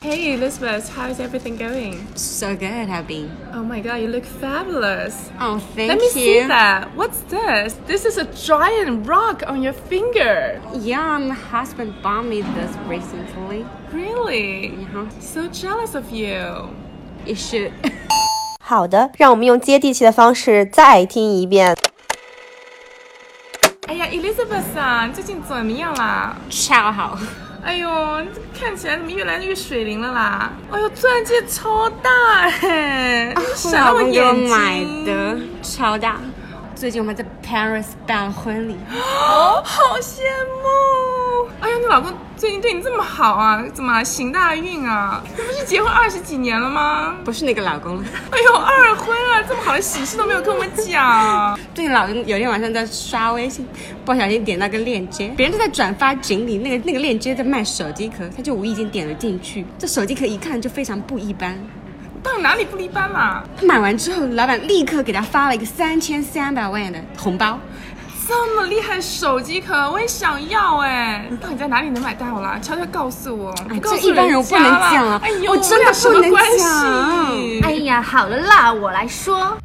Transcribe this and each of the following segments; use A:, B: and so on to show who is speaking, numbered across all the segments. A: Hey Elizabeth, how's everything going?
B: So good, Abby.
A: Oh my god, you look fabulous.
B: Oh, thank
A: Let me
B: you.
A: see that. What's this? This is a giant rock on your finger.
B: Yeah, my husband bought me this recently.
A: Really?
B: Uh-huh.
A: So jealous of you.
B: You should.
C: 好的，让我们用接地气的方式再听一遍。
A: 哎呀，Elizabeth 啊，最近怎么样啦？
B: Ciao, how?
A: 哎呦，这看起来怎么越来越水灵了啦？哎呦，钻戒超大 哎、你傻我眼睛。
B: 我老公给我买的，超大。最近我们在 Paris 办婚礼，
A: 哦，好羡慕！哎呀，你老公最近对你这么好啊，怎么行大运啊？你不是结婚二十几年了吗？ 哎呦，二婚啊，这么好的喜事都没有跟我们讲。
B: 不是那个老公，对老公有点晚上在刷微信，不小心点那个链接，别人就在转发锦鲤那个那个链接的卖手机壳，他就无意间点了进去，这手机壳一看就非常不一般。卖完之后，老板立刻给他发了一个三千三百万的红包，
A: 这么厉害手机壳，我也想要哎！到底在哪里能买到啦？悄悄告诉我，不告
B: 哎这
A: 诉
B: 一般人不能
A: 家啦
B: 讲啊
A: 哎呦，
B: 我真的
A: 什么
B: 不能
A: 关
B: 讲
A: 系？
D: 哎呀，好了啦，我来说。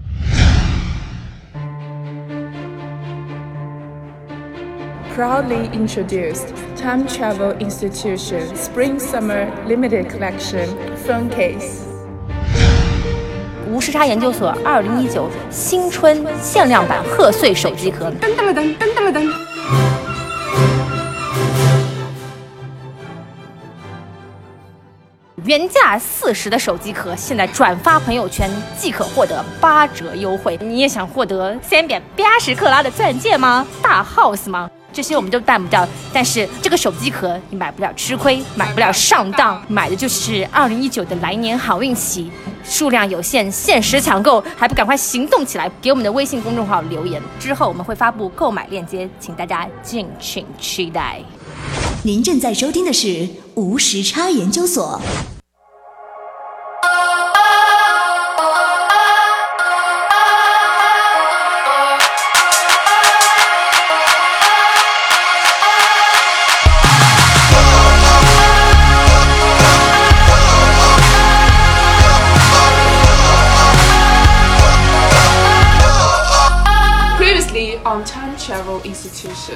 A: Proudly introduced Time Travel Institution Spring Summer Limited Collection Phone Case。
E: 无时差研究所二零一九新春限量版贺岁手机壳。
B: 噔噔了噔噔噔了噔。
E: 原价四十的手机壳，现在转发朋友圈即可获得八折优惠。你也想获得三百八十克拉的钻戒吗？大 house 吗？这些我们都办不到，但是这个手机壳你买不了吃亏，买不了上当，买的就是二零一九的来年好运气。数量有限，限时抢购，还不赶快行动起来！给我们的微信公众号留言，之后我们会发布购买链接，请大家敬请期待。
F: 您正在收听的是无时差研究所。
A: Previously on Time Travel Institution，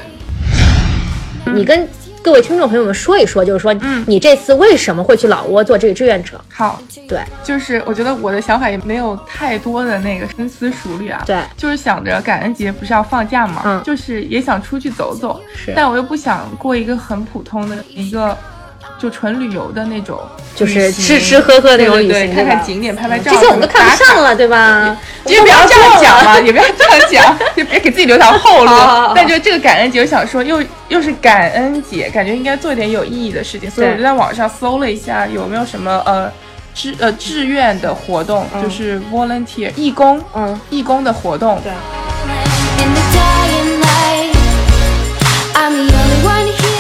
G: 你跟各位听众朋友们说一说，就是说，
A: 嗯
G: 你这次为什么会去老挝做这个志愿者？
A: 好，
G: 对，
A: 就是我觉得我的想法也没有太多的那个深思熟虑啊，
G: 对
A: 就是想着感恩节不是要放假嘛，
G: 嗯
A: 就是也想出去走走，
G: 是
A: 但我又不想过一个很普通的一个就纯旅游的那种旅行，
G: 就是吃吃喝喝那种旅行
A: 对对，
G: 对
A: 看
G: 吧
A: 看景点，拍拍照，
G: 这些我们都看不上了，对吧？
A: 也嗯不要这样讲嘛， 也不要这样讲，就别给自己留条后路
G: 好好好。
A: 但就这个感恩节，我想说又又是感恩节，感觉应该做一点有意义的事情，所以
G: 对
A: 我就在网上搜了一下有没有什么呃。志呃志愿的活动、就是 volunteer 义工，
G: 嗯，
A: 义工的活动，
G: 对
H: In the dying light, I'm the only one here.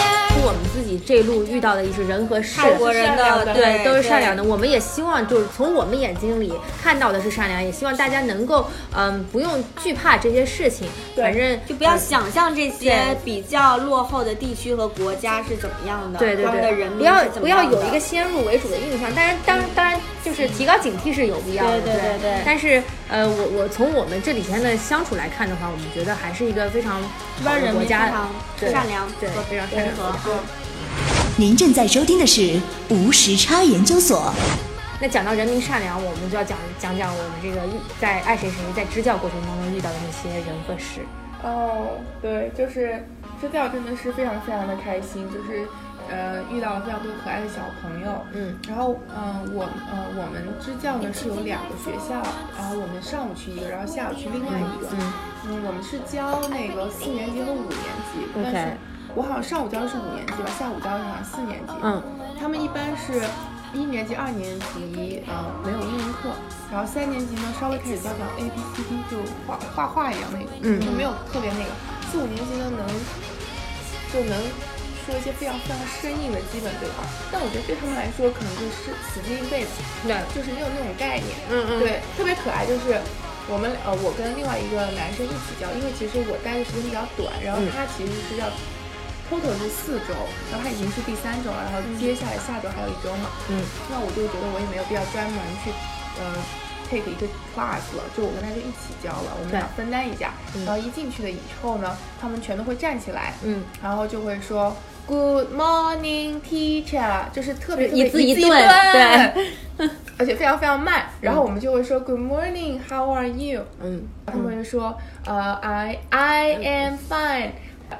G: 我们自己这路遇到的也是人和事，
B: 国人的
G: 对，都是善
B: 对
G: 良的。我们也希望就是从我们眼睛里看到的是善良，也希望大家能够，嗯，不用惧怕这些事情。反正
B: 就不要想象这些比较落后的地区和国家是怎么样的，
G: 对对
B: 他们的
G: 对
B: 人，民
G: 不要
B: 是怎
G: 不
B: 么样
G: 要
B: 的嗯
G: 有一个先入为主的印象，当然当然当然就是提高警惕是有必要的，
B: 对对对对
G: 但是呃，我我从我们这几天的相处来看的话，我们觉得还是一个非常
B: 一
G: 好
B: 般
G: 的
B: 人
G: 国
B: 民非
G: 家，
B: 常
G: 对
B: 善良
G: 对
B: 和
G: 非常善
B: 温
G: 良
B: 和。嗯
F: 您正在收听的是无时差研究所。
G: 那讲到人民善良，我们就要讲讲讲我们这个遇在爱谁谁在支教过程当中遇到的那些人和事。
A: 哦，对，就是支教真的是非常非常的开心，就是呃遇到了非常多可爱的小朋友，
G: 嗯，
A: 然后嗯、呃我呃我们支教呢是有两个学校，然后我们上午去一个，然后下午去另外一个，
G: 嗯
A: 嗯我们是教那个四年级和五年级
G: OK
A: 但是我好像上午教的是五年级吧，下午教的是好像四年级，
G: 嗯，
A: 他们一般是。一年级、二年级，呃，没有英文课，然后三年级呢，稍微开始教讲 A B C D，就画画画一样那种，
G: 嗯
A: 就没有特别那个。四五年级呢，能就能说一些非常非常生硬的基本对话，但我觉得对他们来说，可能就是死记硬背吧，
G: 对，
A: 就是没有那种概念。
G: 嗯嗯，
A: 对，特别可爱，就是我们呃，我跟另外一个男生一起教，因为其实我待的时间比较短，然后他其实是要
I: total 是四周，然后它已经是第三周了，然后接下来下周还有一周嘛，嗯，那我就觉得我也没有必要专门去，呃。take 一个 class 了，就我跟他就一起教了，我们俩分担一下。然后一进去了以后呢，他们全都会站起来，
G: 嗯，
I: 然后就会说 Good morning, teacher，就是特别特别
G: 一字
I: 一
G: 一
I: 顿
G: 顿，
I: 对，而且非常非常慢。然后我们就会说 Good morning, how are you？
G: 嗯，
I: 他们会说呃 I I am fine。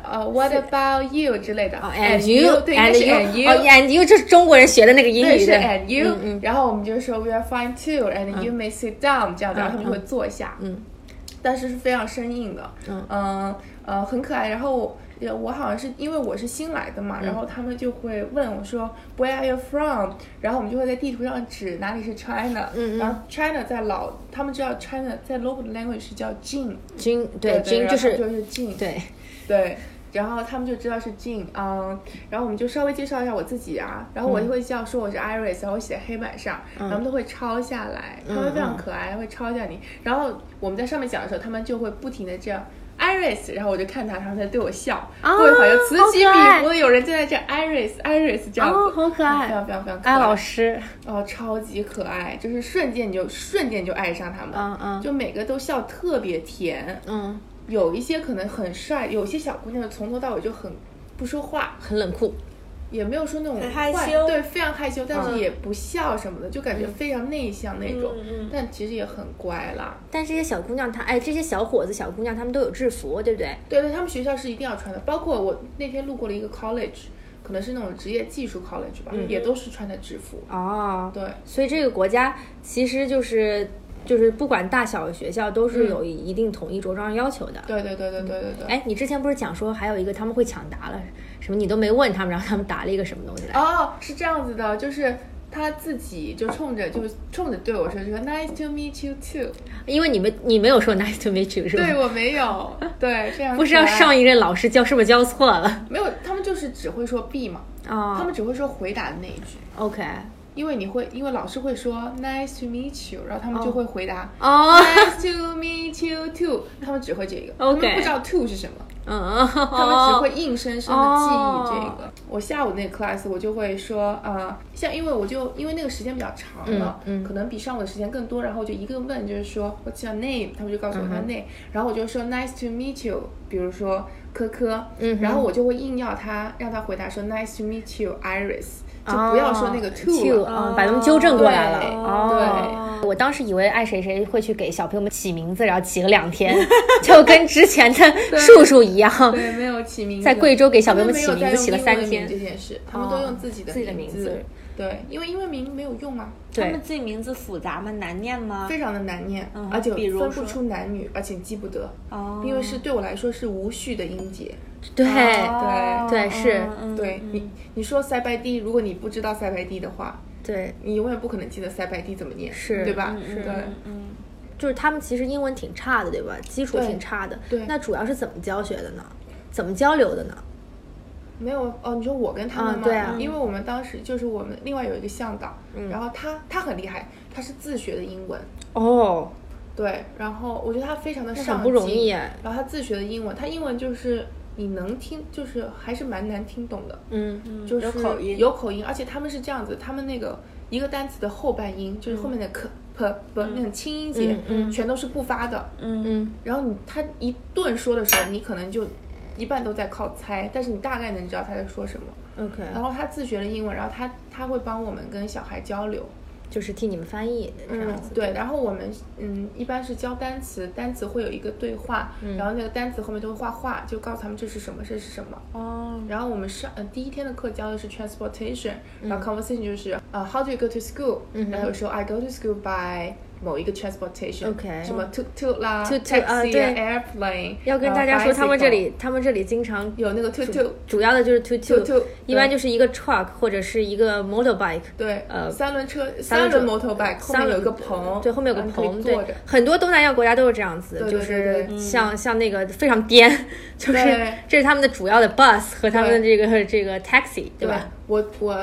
I: 呃、w h a t about you 之类的、
G: 哦
I: and 对，应该
G: and
I: 是
G: you，
I: and you，、
G: 哦，and you 这是中国人学的那个英
I: 对，
G: 语
I: 是
G: 对
I: and you，、
G: 嗯
I: 然后我们就说 we are fine too and you may sit down、这样子，然后他们就会坐下，
G: 嗯，
I: 但是是非常生硬的，
G: 嗯
I: 呃呃很可爱。然后我呃我好像是因为我是新来的
G: 嗯
I: 嘛，然后他们就会问我说 Where are you from？然后我们就会在地图上指哪里是 China，
G: 嗯嗯
I: 然后 China 在老他们知道 China 在 local language 是叫 Jin，
G: 嗯，Jin 对
I: 对
G: Jin
I: 然
G: 就
I: 后
G: 是
I: 就是 Jin，
G: 对，
I: 对，然后他们就知道是 Jin，嗯，然后我们就稍微介绍一下我自己啊，然后我就会叫说我是 Iris，然后我写在黑板上，
G: 嗯
I: 然后他们都会抄下来，他们非常可爱，会抄下你，然后我们在上面讲的时候，他们就会不停的这样。Iris，然后我就看他，他们在对我笑，过一会儿又此起
G: 哦好可爱
I: 彼伏的有人就在这 Iris，Iris 这样子，啊
G: 哦好可爱
I: 非常非常非常可爱。
G: 安老师，
I: 哦，超级可爱，就是瞬间你就瞬间就爱上他们，
G: 嗯嗯
I: 就每个都笑特别甜，
G: 嗯，
I: 有一些可能很帅，有些小姑娘从头到尾就很不说话，
G: 很冷酷，
I: 也没有说那种
B: 很害
I: 坏
B: 羞
I: 对，非常害羞，但
G: 嗯
I: 是也不笑什么的，就感觉非常内向那种，
G: 嗯
I: 但其实也很乖啦。
G: 但这些小姑娘她哎，这些小伙子小姑娘她们都有制服，对不对？
I: 对对，他们学校是一定要穿的，包括我那天路过了一个 college，可能是那种职业技术 college 吧，
G: 嗯
I: 也都是穿的制服。
G: 哦，
I: 对，
G: 所以这个国家其实就是就是不管大小学校都是有一定统一着装要求的。
I: 嗯对对对对对对对。
G: 哎，你之前不是讲说还有一个他们会抢答了，什么你都没问他们，然后他们答了一个什么东西来？
I: 哦，是这样子的，就是他自己就冲着就冲着对我说，就说 Nice to meet you too。
G: 因为你们你没有说 nice to meet you 是吧？
I: 对我 没有，对这样
G: 不是让上
I: 一
G: 一任老师教是不是教错了？
I: 没有，他们就是只会说 B 嘛，
G: 哦
I: 他们只会说回答的那一句。
G: OK，
I: 因为你会，因为老师会说 Nice to meet you，然后他们就会回答、
G: 哦
I: Nice to meet you too，他们只会这个他
G: OK
I: 们不知道 to 是什么，
G: 嗯，
I: 他们只
G: 他
I: 会硬生生的记忆这
G: 哦
I: 个。我下午那个 class 我就会说啊、呃像因为我就因为那个时间比较长了，
G: 嗯嗯
I: 可能比上午的时间更多，然后我就一个问就是说 What's your name？他们就告诉我
G: 嗯
I: 他 name，、然后我就说 Nice to meet you，比如说科科，
G: 嗯哼
I: 然后我就会硬要他让他回答说 Nice to meet you Iris，就
G: 哦
I: 不要说那个
G: to
I: 了。
G: 啊，把他们纠正过来了。
I: 对
G: 哦，我当时以为爱谁谁会去给小朋友们起名字，然后起个两天， 就跟之前的叔叔一样。
I: 对，没有起名字。
G: 在贵州给小朋友们
I: 他
G: 起
I: 没有
G: 名
I: 在
G: 字
I: 用
G: 起了
I: 英
G: 三
I: 文名
G: 天哦
I: 这件事，他们都用自己的
G: 自己的名字
I: 对，因为英文名没有用啊，
G: 对
B: 他们自己名字复杂吗？难念吗？
I: 非常的难念，
B: 嗯
I: 而且
B: 比如
I: 分不
B: 说
I: 出男女，而且记不得，
B: 哦
I: 因为是对我来说是无序的音节。
G: 对
I: 对
G: 对是
B: 嗯
I: 对你，你说塞拜蒂，如果你不知道塞拜蒂的话，
G: 对，
I: 你永远不可能记得塞拜蒂怎么念，
G: 是
I: 对吧？
G: 嗯
I: 对。
G: 就是他们其实英文挺差的，对吧？基础
I: 对
G: 挺差的。
I: 对
G: 那主要是怎么教学的呢？怎么交流的呢？
I: 没有哦，你说我跟他们
G: 啊
I: 吗？
G: 对啊
I: 因为我们当时就是我们另外有一个向导，
G: 嗯
I: 然后他他很厉害，他是自学的英文，
G: 哦，
I: 对，然后我觉得他非常的上
G: 很不容
I: 进
G: 易哎
I: 然后他自学的英文，他英文就是你能听，就是还是蛮难听懂的，
G: 嗯，
I: 就是
B: 有口音
I: 有口音，而且他们是这样子，他们那个一个单词的后半音，就是后面的 k、p、b 那种清音节，
G: 嗯嗯嗯
I: 全都是不发的。
G: 嗯，
I: 然后你他一顿说的时候，你可能就一半都在靠猜，但是你大概能知道他在说什么。
G: OK，
I: 然后他自学了英文，然后他他会帮我们跟小孩交流，
G: 就是替你们翻译这样子。
I: 嗯对，然后我们嗯一般是教单词，单词会有一个对话，
G: 嗯
I: 然后那个单词后面都会画画，就告诉他们这是什么，这是什么。
B: 哦，
I: 然后我们上呃第一天的课教的是 transportation，、然
G: 嗯
I: 后 conversation 就是呃 how do you go to school，、然后说 I go to school by 某一个 transportation，
G: OK
I: 什么 tuk tuk 啦
G: tuk tuk，啊
I: taxi
G: 对
I: airplane，
G: 要跟
I: 呃
G: 大家说，他们这
I: bicycle
G: 里他们这里经常
I: 有那个 tuk tuk，
G: 主要的就是 two two，,
I: two-two，
G: 一般就是一个 truck 或者是一个 motorbike。
I: 对，
G: 呃
I: 三轮车，
G: 三
I: 三轮
G: 轮
I: motorbike，后
G: 三
I: 面
G: 轮
I: 有一个棚，
G: 对，后面有个
I: 然后你可以
G: 棚，
I: 坐
G: 对
I: 着，
G: 很多东南亚国家都是这样子，
I: 对对对
G: 就是
I: 对
G: 像、像那个非常颠， 就是
I: 对
G: 这是他们的主要的 bus 和他们的
I: 对
G: 这个这个 taxi，对吧？
I: 我我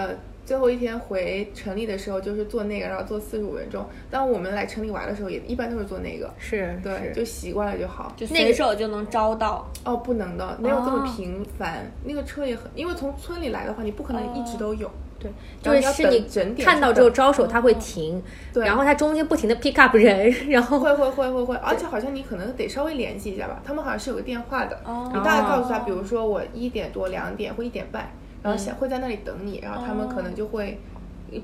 I: 最后一天回城里的时候就是做那个，然后做四十五分钟。当我们来城里玩的时候，也一般都是做那个。
G: 是
I: 对，就习惯了就好。
B: 就随手就能招到。
I: 哦，不能的，没有这
G: 哦
I: 么频繁。那个车也很，因为从村里来的话，你不可能一直都有。对，
G: 哦就是是
I: 整
G: 你
I: 点嗯
G: 看到之后招手，它会停，
I: 对
G: 然后它中间不停的 pick up 人， 然后
I: 会会会会会，而且好像你可能得稍微联系一下吧，他们好像是有个电话的，
G: 哦
I: 你大概告诉他，比如说我一点多、两点或一点半，然后
G: 嗯
I: 想会在那里等你，然后他们
G: 哦
I: 可能就会。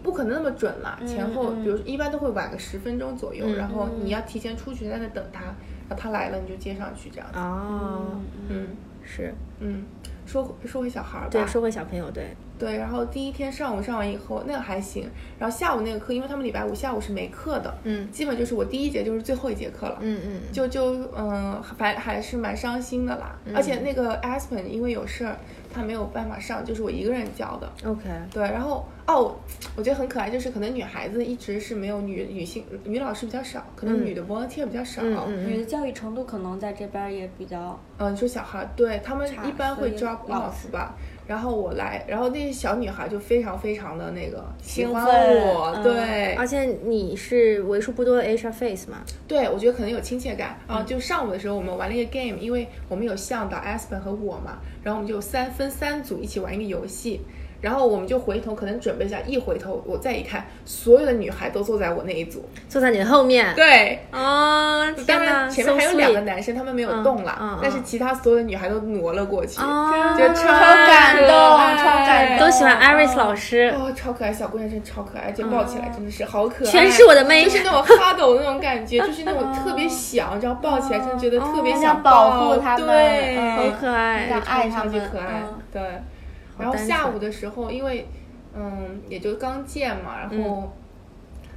I: 不可能那么准啦，
G: 嗯
I: 前后，比如一般都会晚个十分钟左右，然后
G: 嗯
I: 你要提前出去在那等他，然后他来了你就接上去这样子。
G: 哦，
I: 嗯
G: 是
I: 嗯，说回说回小孩儿吧，
G: 对，说回小朋友，对，
I: 对，然后第一天上午上完以后，那个还行。然后下午那个课，因为他们礼拜五下午是没课的，
G: 嗯
I: 基本就是我第一节就是最后一节课了，
G: 嗯嗯，
I: 就就嗯，反、还是蛮伤心的啦。而且那个 Aspen 因为有事儿，他没有办法上，就是我一个人教的。
G: OK，
I: 对，然后哦，我觉得很可爱，就是可能女孩子一直是没有女女性女老师比较少，可能女的 volunteer 比较少。
G: 嗯嗯
B: 女的教育程度可能在这边也比较，
I: 嗯，就小孩儿，对他们
B: 差
I: 一般
B: 所
I: 会
B: 以
I: drop
B: 老
I: off 吧。然后我来，然后那些小女孩就非常非常的那个喜
B: 兴
I: 欢
B: 奋
I: 我，
B: 嗯
I: 对、
G: 而且你是为数不多的 Asia Face 嘛，
I: 对，我觉得可能有亲切感
B: 嗯
I: 啊。就上午的时候，我们玩了一个 game，因为我们有向导 Aspen 和我嘛，然后我们就三分三组一起玩一个游戏。然后我们就回头，可能准备一下，一回头我再一看，所有的女孩都坐在我那一组。
G: 坐在你的后面，
I: 对，
G: 啊，天
I: 当
G: 哪
I: 然前面
G: so
I: 还有两个
G: sweet
I: 男生，他们没有
G: 嗯
I: 动啦，
G: 嗯
I: 但是其他所有的女孩都挪了过去，
G: 啊
I: 觉得超感动，哦啊哎超感动。
G: 都喜欢 Iris 老师，
I: 哦，超可爱，小姑娘真的超可爱，而且抱起来真的是好可
G: 嗯
I: 爱，
G: 全是我的妹嗯
I: 就是那 种哈斗那种感觉，就是那种特别想，然后抱起来真的觉得特
G: 哦
I: 别想
A: 保
I: 抱
A: 护她们
I: 对，
G: 好可爱，嗯
I: 对
A: 爱她
I: 超级
A: 们
I: 可爱，对。然后下午的时候，因为嗯，也就刚见嘛，
G: 嗯
I: 然后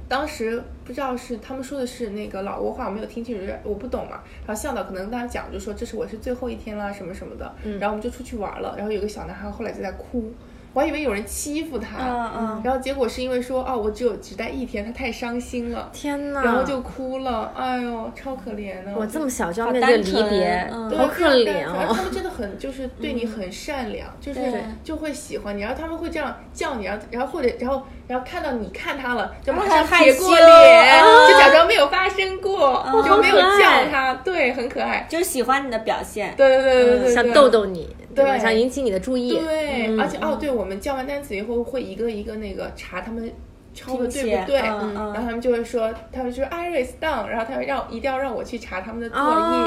I: 当时不知道是他们说的是那个老挝话，我没有听清楚，我不懂嘛。然后向导可能跟他讲，就说这是我是最后一天啦，什么什么的。
G: 嗯
I: 然后我们就出去玩了，然后有个小男孩后来就在哭。我还以为有人欺负他，
G: 嗯
I: 然后结果是因为说哦，我只有只待一天，他太伤心了，
G: 天哪，
I: 然后就哭了，哎呦，超可怜啊的。
G: 我这么小就要面对离别，
I: 对
G: 嗯好可
I: 非
G: 怜
I: 常非常他
G: 哦。
I: 们真的很就是对你很善良，就是就会喜欢你，然后他们会这样叫你，然后然后或者然后然后看到你看他了，就马
G: 啊
I: 上撇过脸，就假装没有发生过，
G: 哦
I: 就没有叫他，对，很可爱，
B: 就是喜欢你的表现。
I: 对对对对对，
G: 想
I: 对
G: 逗。逗你，对吧？
I: 对
G: 想引起你的注意，
I: 对，而且哦，对，我们叫完单词以后会一个一个那个查他们抄的
B: 拼
I: 对不
B: 写
I: 对，
B: 嗯嗯
I: 然后他们就会说，他们就说 Iris down，然后他们让一定要让我去查他们的作业，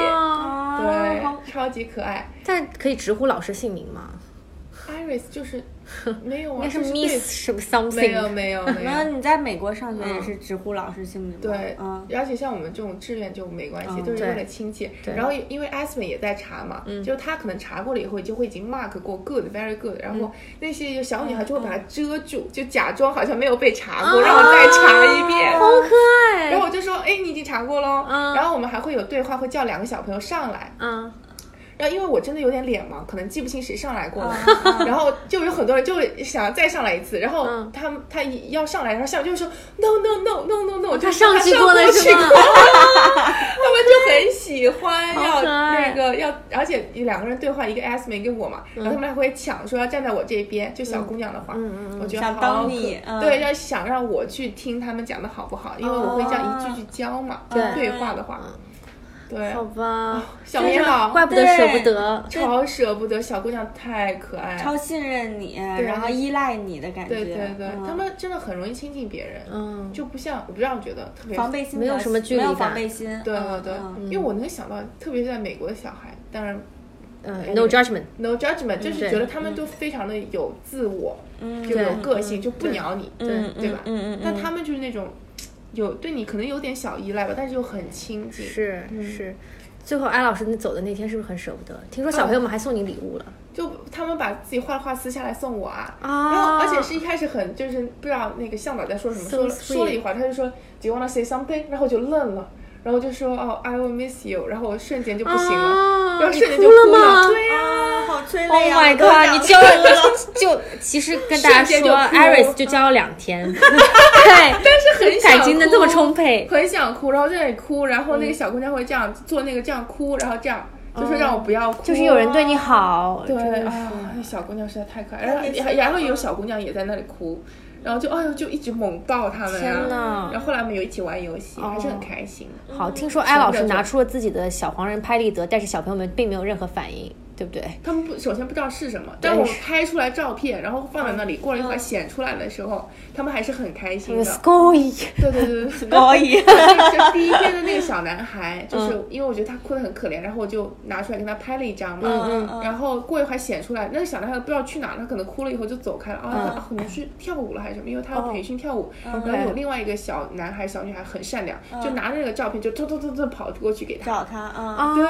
G: 哦，
I: 对，超级可爱。
G: 但可以直呼老师姓名吗？
I: Iris 就是没有
G: 应
I: 啊，
G: 该是
I: 就是对
G: Miss 什么 something？嗯
I: 没有没有没
B: 然后
I: 有。
B: 你在美国上
I: 嗯
B: 学也是直呼老师姓名吗？
I: 对，
B: 嗯，
I: 而且像我们这种志愿就没关系，都
G: 嗯
I: 是
G: 对嗯
I: 为了亲切。然后因为 Aspen 也在查嘛，就是他可能查过了以后就会已经 mark 过 good very good，然
G: 嗯
I: 后那些小女孩就会把它遮住，就假装好像没有被查过，让我再查一遍。
G: 啊好可爱。
I: 然后我就说，哎，你已经查过喽。然后我们还会有对话，会叫两个小朋友上来，
G: 嗯，
I: 然后因为我真的有点脸盲，可能记不清谁上来过了，
G: 啊
I: 然后就有很多人就想要再上来一次，然后
G: 嗯
I: 他、他一要上来，然后下面就会说 no no no no no no，我就
G: 哦他
I: 说
G: 上
I: 他
G: 去
I: 上
G: 过了
I: 去
G: 是
I: 过
G: 吗？
I: 他们就很喜欢
G: 好
I: 要
G: 可爱
I: 那个要，而且两个人对话，一个 S 妹一个我嘛，然后他们俩会抢说要站在我这边，就小姑娘的话，
G: 嗯
I: 我觉得
B: 想
I: 好
B: 当
I: 可
B: 你嗯
I: 对，要想让我去听他们讲的好不好，因为我会这样一句句教嘛，
G: 哦对嗯
I: 对话的话，对，
G: 好 吧，
I: 小棉袄，
G: 怪不得舍不得。
I: 超舍不得，小姑娘太可爱了。
B: 超信任你，然后依赖你的感觉。
I: 对对对，
B: 嗯
I: 他们真的很容易亲近别人，
G: 嗯
I: 就不像我不让我觉得特别
B: 防。备心
G: 没有
B: 比较
G: 什么距离
B: 没有
G: 感
B: 防备心。
I: 对对
B: 嗯
I: 对
B: 嗯，
I: 因为我能想到，特别是在美国的小孩，当然
G: 嗯，no judgment。
I: no
B: 嗯
I: judgment，就是
G: 对
I: 觉得他们都非常的有自我，就有个
B: 嗯
I: 性，就不鸟你，
G: 对
I: 对吧？但他们就是那种有对你可能有点小依赖吧，但是又很亲近。
G: 是是。最后艾老师走的那天是不是很舍不得？听说
I: 嗯
G: 小朋友们还送你礼物了。
I: 就他们把自己画的画撕下来送我啊，
G: 啊
I: 然后而且是一开始很就是不知道那个向导在说什么，
G: So
I: 说了
G: sweet
I: 说了一会儿，他就说 Do you wanna say something？然后我就愣了，然后就说哦、i will miss you，然后我瞬间就不行了，
G: 啊
I: 然后瞬间
G: 你
I: 就
G: 哭了
I: 了，
G: 吗
I: 对呀、
B: 啊，好催
G: Oh
B: 泪啊！
G: my
B: 我都想
G: god！你教了 就其实跟大家
I: 瞬间
G: 说
I: 就哭
G: ，Iris 就教了两 天，对，
I: 但是很想
G: 感情能这么充沛，
I: 很想哭，然后在那里哭，然后那个小姑娘会这样做那个这样哭，然后这样。就是让我不要哭， 啊
G: 嗯就是有人对你好，真
I: 对
G: 的是
I: 啊，那小姑娘实在太可爱，然后然后有小姑娘也在那里哭，然后就哎呦就一直猛抱他们
G: 天
I: 啊
G: 呐，
I: 然后后来我们有一起玩游戏，还是很开心的。
G: 好，听说艾老师
I: 真的
G: 拿出了自己的小黄人拍立得，但是小朋友们并没有任何反应，对不对？
I: 他们不首先不知道是什么，但我拍出来照片，然后放在那里，过了一会儿显出来的时候，他们还是嗯很开心的。
G: Scoy，
I: 对对对对对，
G: 可以
I: 就是第一天的那个小男孩，就是因为我觉得他哭得很可怜，然后我就拿出来跟他拍了一张嘛，然后过一会儿显出来，那个小男孩不知道去哪了，他可能哭了以后就走开了，啊，他啊可能去跳舞了还是什么，因为他要培训跳舞，然后有另外一个小男孩、小女孩很善良，就拿着那个照片就偷偷偷偷跑过去给他，哎
J: 找他
B: 嗯
J: 啊！
I: 对，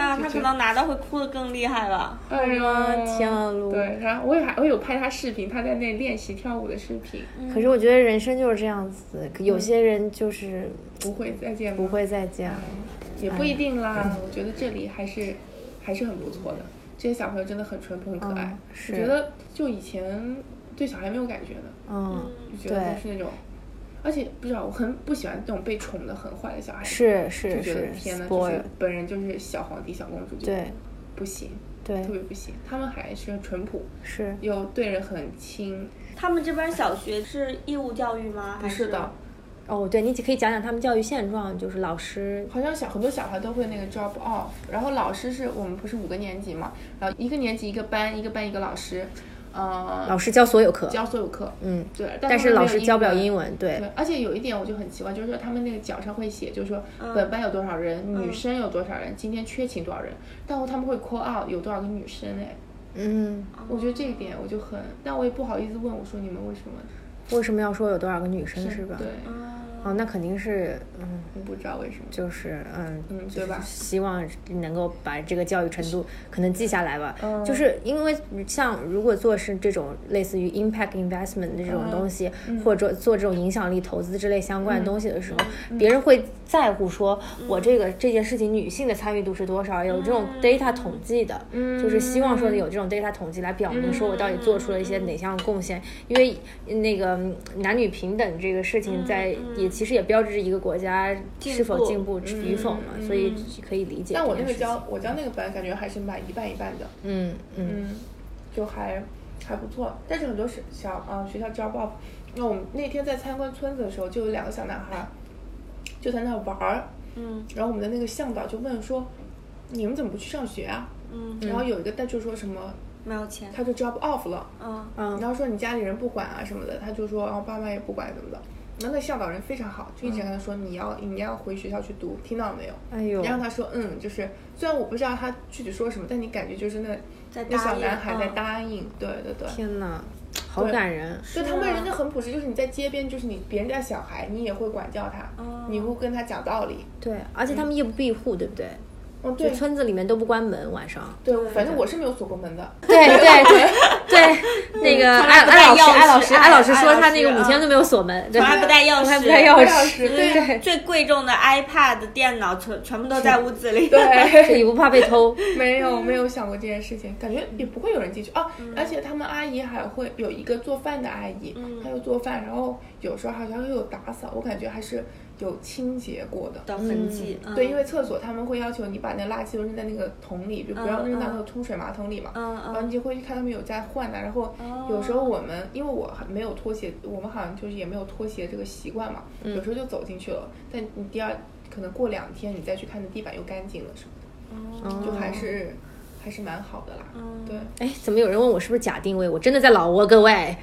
J: 啊，
I: 就
J: 他
I: 这
J: 可能拿到会哭得更厉害吧。
I: 哎呦
G: 天啊，露。
I: 对，然后我也还我有拍他视频，他在那练习跳舞的视频，
G: 可是我觉得人生就是这样子，可有些人就是
I: 不会再见吗？
G: 不会哎再见了。
I: 也不一定啦，我觉得这里还是还是很不错的。这些小朋友真的很淳朴、很可爱
G: 嗯。是
I: 我觉得就以前对小孩没有感觉的，
G: 嗯，
I: 就觉得
G: 对
I: 都是那种，而且不知道我很不喜欢那种被宠的很坏的小孩子，
G: 是
I: 就是觉得
G: 是
I: 天呐，就是
G: ，spoil，
I: 本人就是小皇帝、小公主，
G: 对，
I: 不行，
G: 对
I: 特别不行。他们还是淳朴，
G: 是
I: 又对人很亲，
J: 他们这边小学是义务教育吗？还是
I: 的。
G: 哦，对，你可以讲讲他们教育现状，就是老师
I: 好像小很多小孩都会那个 drop off，然后老师是我们不是五个年级嘛，然后一个年级一个班，一个班一个老师，呃，
G: 老师教所有课，
I: 教所有课，
G: 嗯，
I: 对，
G: 但
I: 是
G: 是老师教不了英
I: 文。
G: 文，对
I: 对，，而且有一点我就很奇怪，就是说他们那个角上会写，就是说
G: 嗯
I: 本班有多少人，女生有多少人，今天缺勤多少人，但他们会 call out 有多少个女生哎，
G: 嗯，
I: 我觉得这一点我就很，但我也不好意思问我说你们为什么，
G: 为什么要说有多少个女生是吧？
I: 对，，
G: 哦，那肯定是，嗯，
I: 我不知道为什么，
G: 就是嗯，
I: 嗯
G: 就
I: 对吧
G: 是希望能够把这个教育程度可能记下来吧。就是因为像如果做是这种类似于 impact investment 的这种东西，或者做这种影响力投资之类相关的东西的时候，别人会在乎说我这个这件事情女性的参与度是多少，有这种 data 统计的，就是希望说有这种 data 统计来表明说我到底做出了一些哪项贡献，因为那个嗯男女平等这个事情在也其实也标志着一个国家是否嗯进步与否嘛，
I: 嗯
G: 所以可以理解。
I: 但我那个教，我教那个班感觉还是蛮一半一半的，
G: 嗯嗯
I: 嗯，就还还不错。但是很多是小啊、学校 drop off，那我们那天在参观村子的时候，就有两个小男孩儿就在那玩儿，嗯，然后我们的那个向导就问说，你们怎么不去上学啊？嗯，然后有一个他就说什么，
J: 没有钱？
I: 他就 drop off 了，
J: 嗯，
G: 啊
I: 然后说你家里人不管啊什么的，他就说，然后爸妈也不管怎么的。然后那向导人非常好，就一直跟他说、你要你要回学校去读，听到没有？
G: 哎呦
I: 然后他说嗯，就是虽然我不知道他具体说什么，但你感觉就是那
J: 在
I: 那
J: 答
I: 小
J: 应
I: 男孩在
J: 嗯
I: 答应，对对对，
G: 天哪，好感人。
I: 就他们人就很朴实，就是你在街边，就是你别人家小孩，你也会管教他，你会跟他讲道理。
G: 对，而且他们夜不闭户，对不对？
I: 嗯，
G: 就
I: 对
G: 村子里面都不关门，晚上。
I: 对，反正我是没有锁过门的。
G: 对对对嗯对，那个艾艾老师，艾老师，艾哎老师啊说他那个五天都没有锁门，对
J: 从来不带钥匙，
G: 从来不带钥匙，
I: 对
J: 最贵重的 iPad、电脑全全部都在屋子 里。
G: 这
I: 对，
G: 也不怕被偷。
I: 没有没有想过这件事情，感觉也不会有人进去哦。而且他们阿姨还会有一个做饭的阿姨，她又做饭，然后有时候好像又有打扫，我感觉还是有清洁过的。
J: 的痕迹，嗯
I: 对，因为厕所他们会要求你把那垃圾都扔在那个桶里，就不要
J: 嗯
I: 扔到那
J: 嗯
I: 个冲水马桶里嘛。
J: 嗯
I: 然后你
J: 嗯哦
I: 就会去看他们有在换的，然后有时候我们因为我还没有拖鞋，我们好像就是也没有拖鞋这个习惯嘛，有时
J: 嗯
I: 候就走进去了，但你第二可能过两天你再去看，的地板又干净了什么
J: 哦
I: 的，就还是还是蛮好的啦。对，
G: 哎，怎么有人问我是不是假定位？我真的在老挝，各 位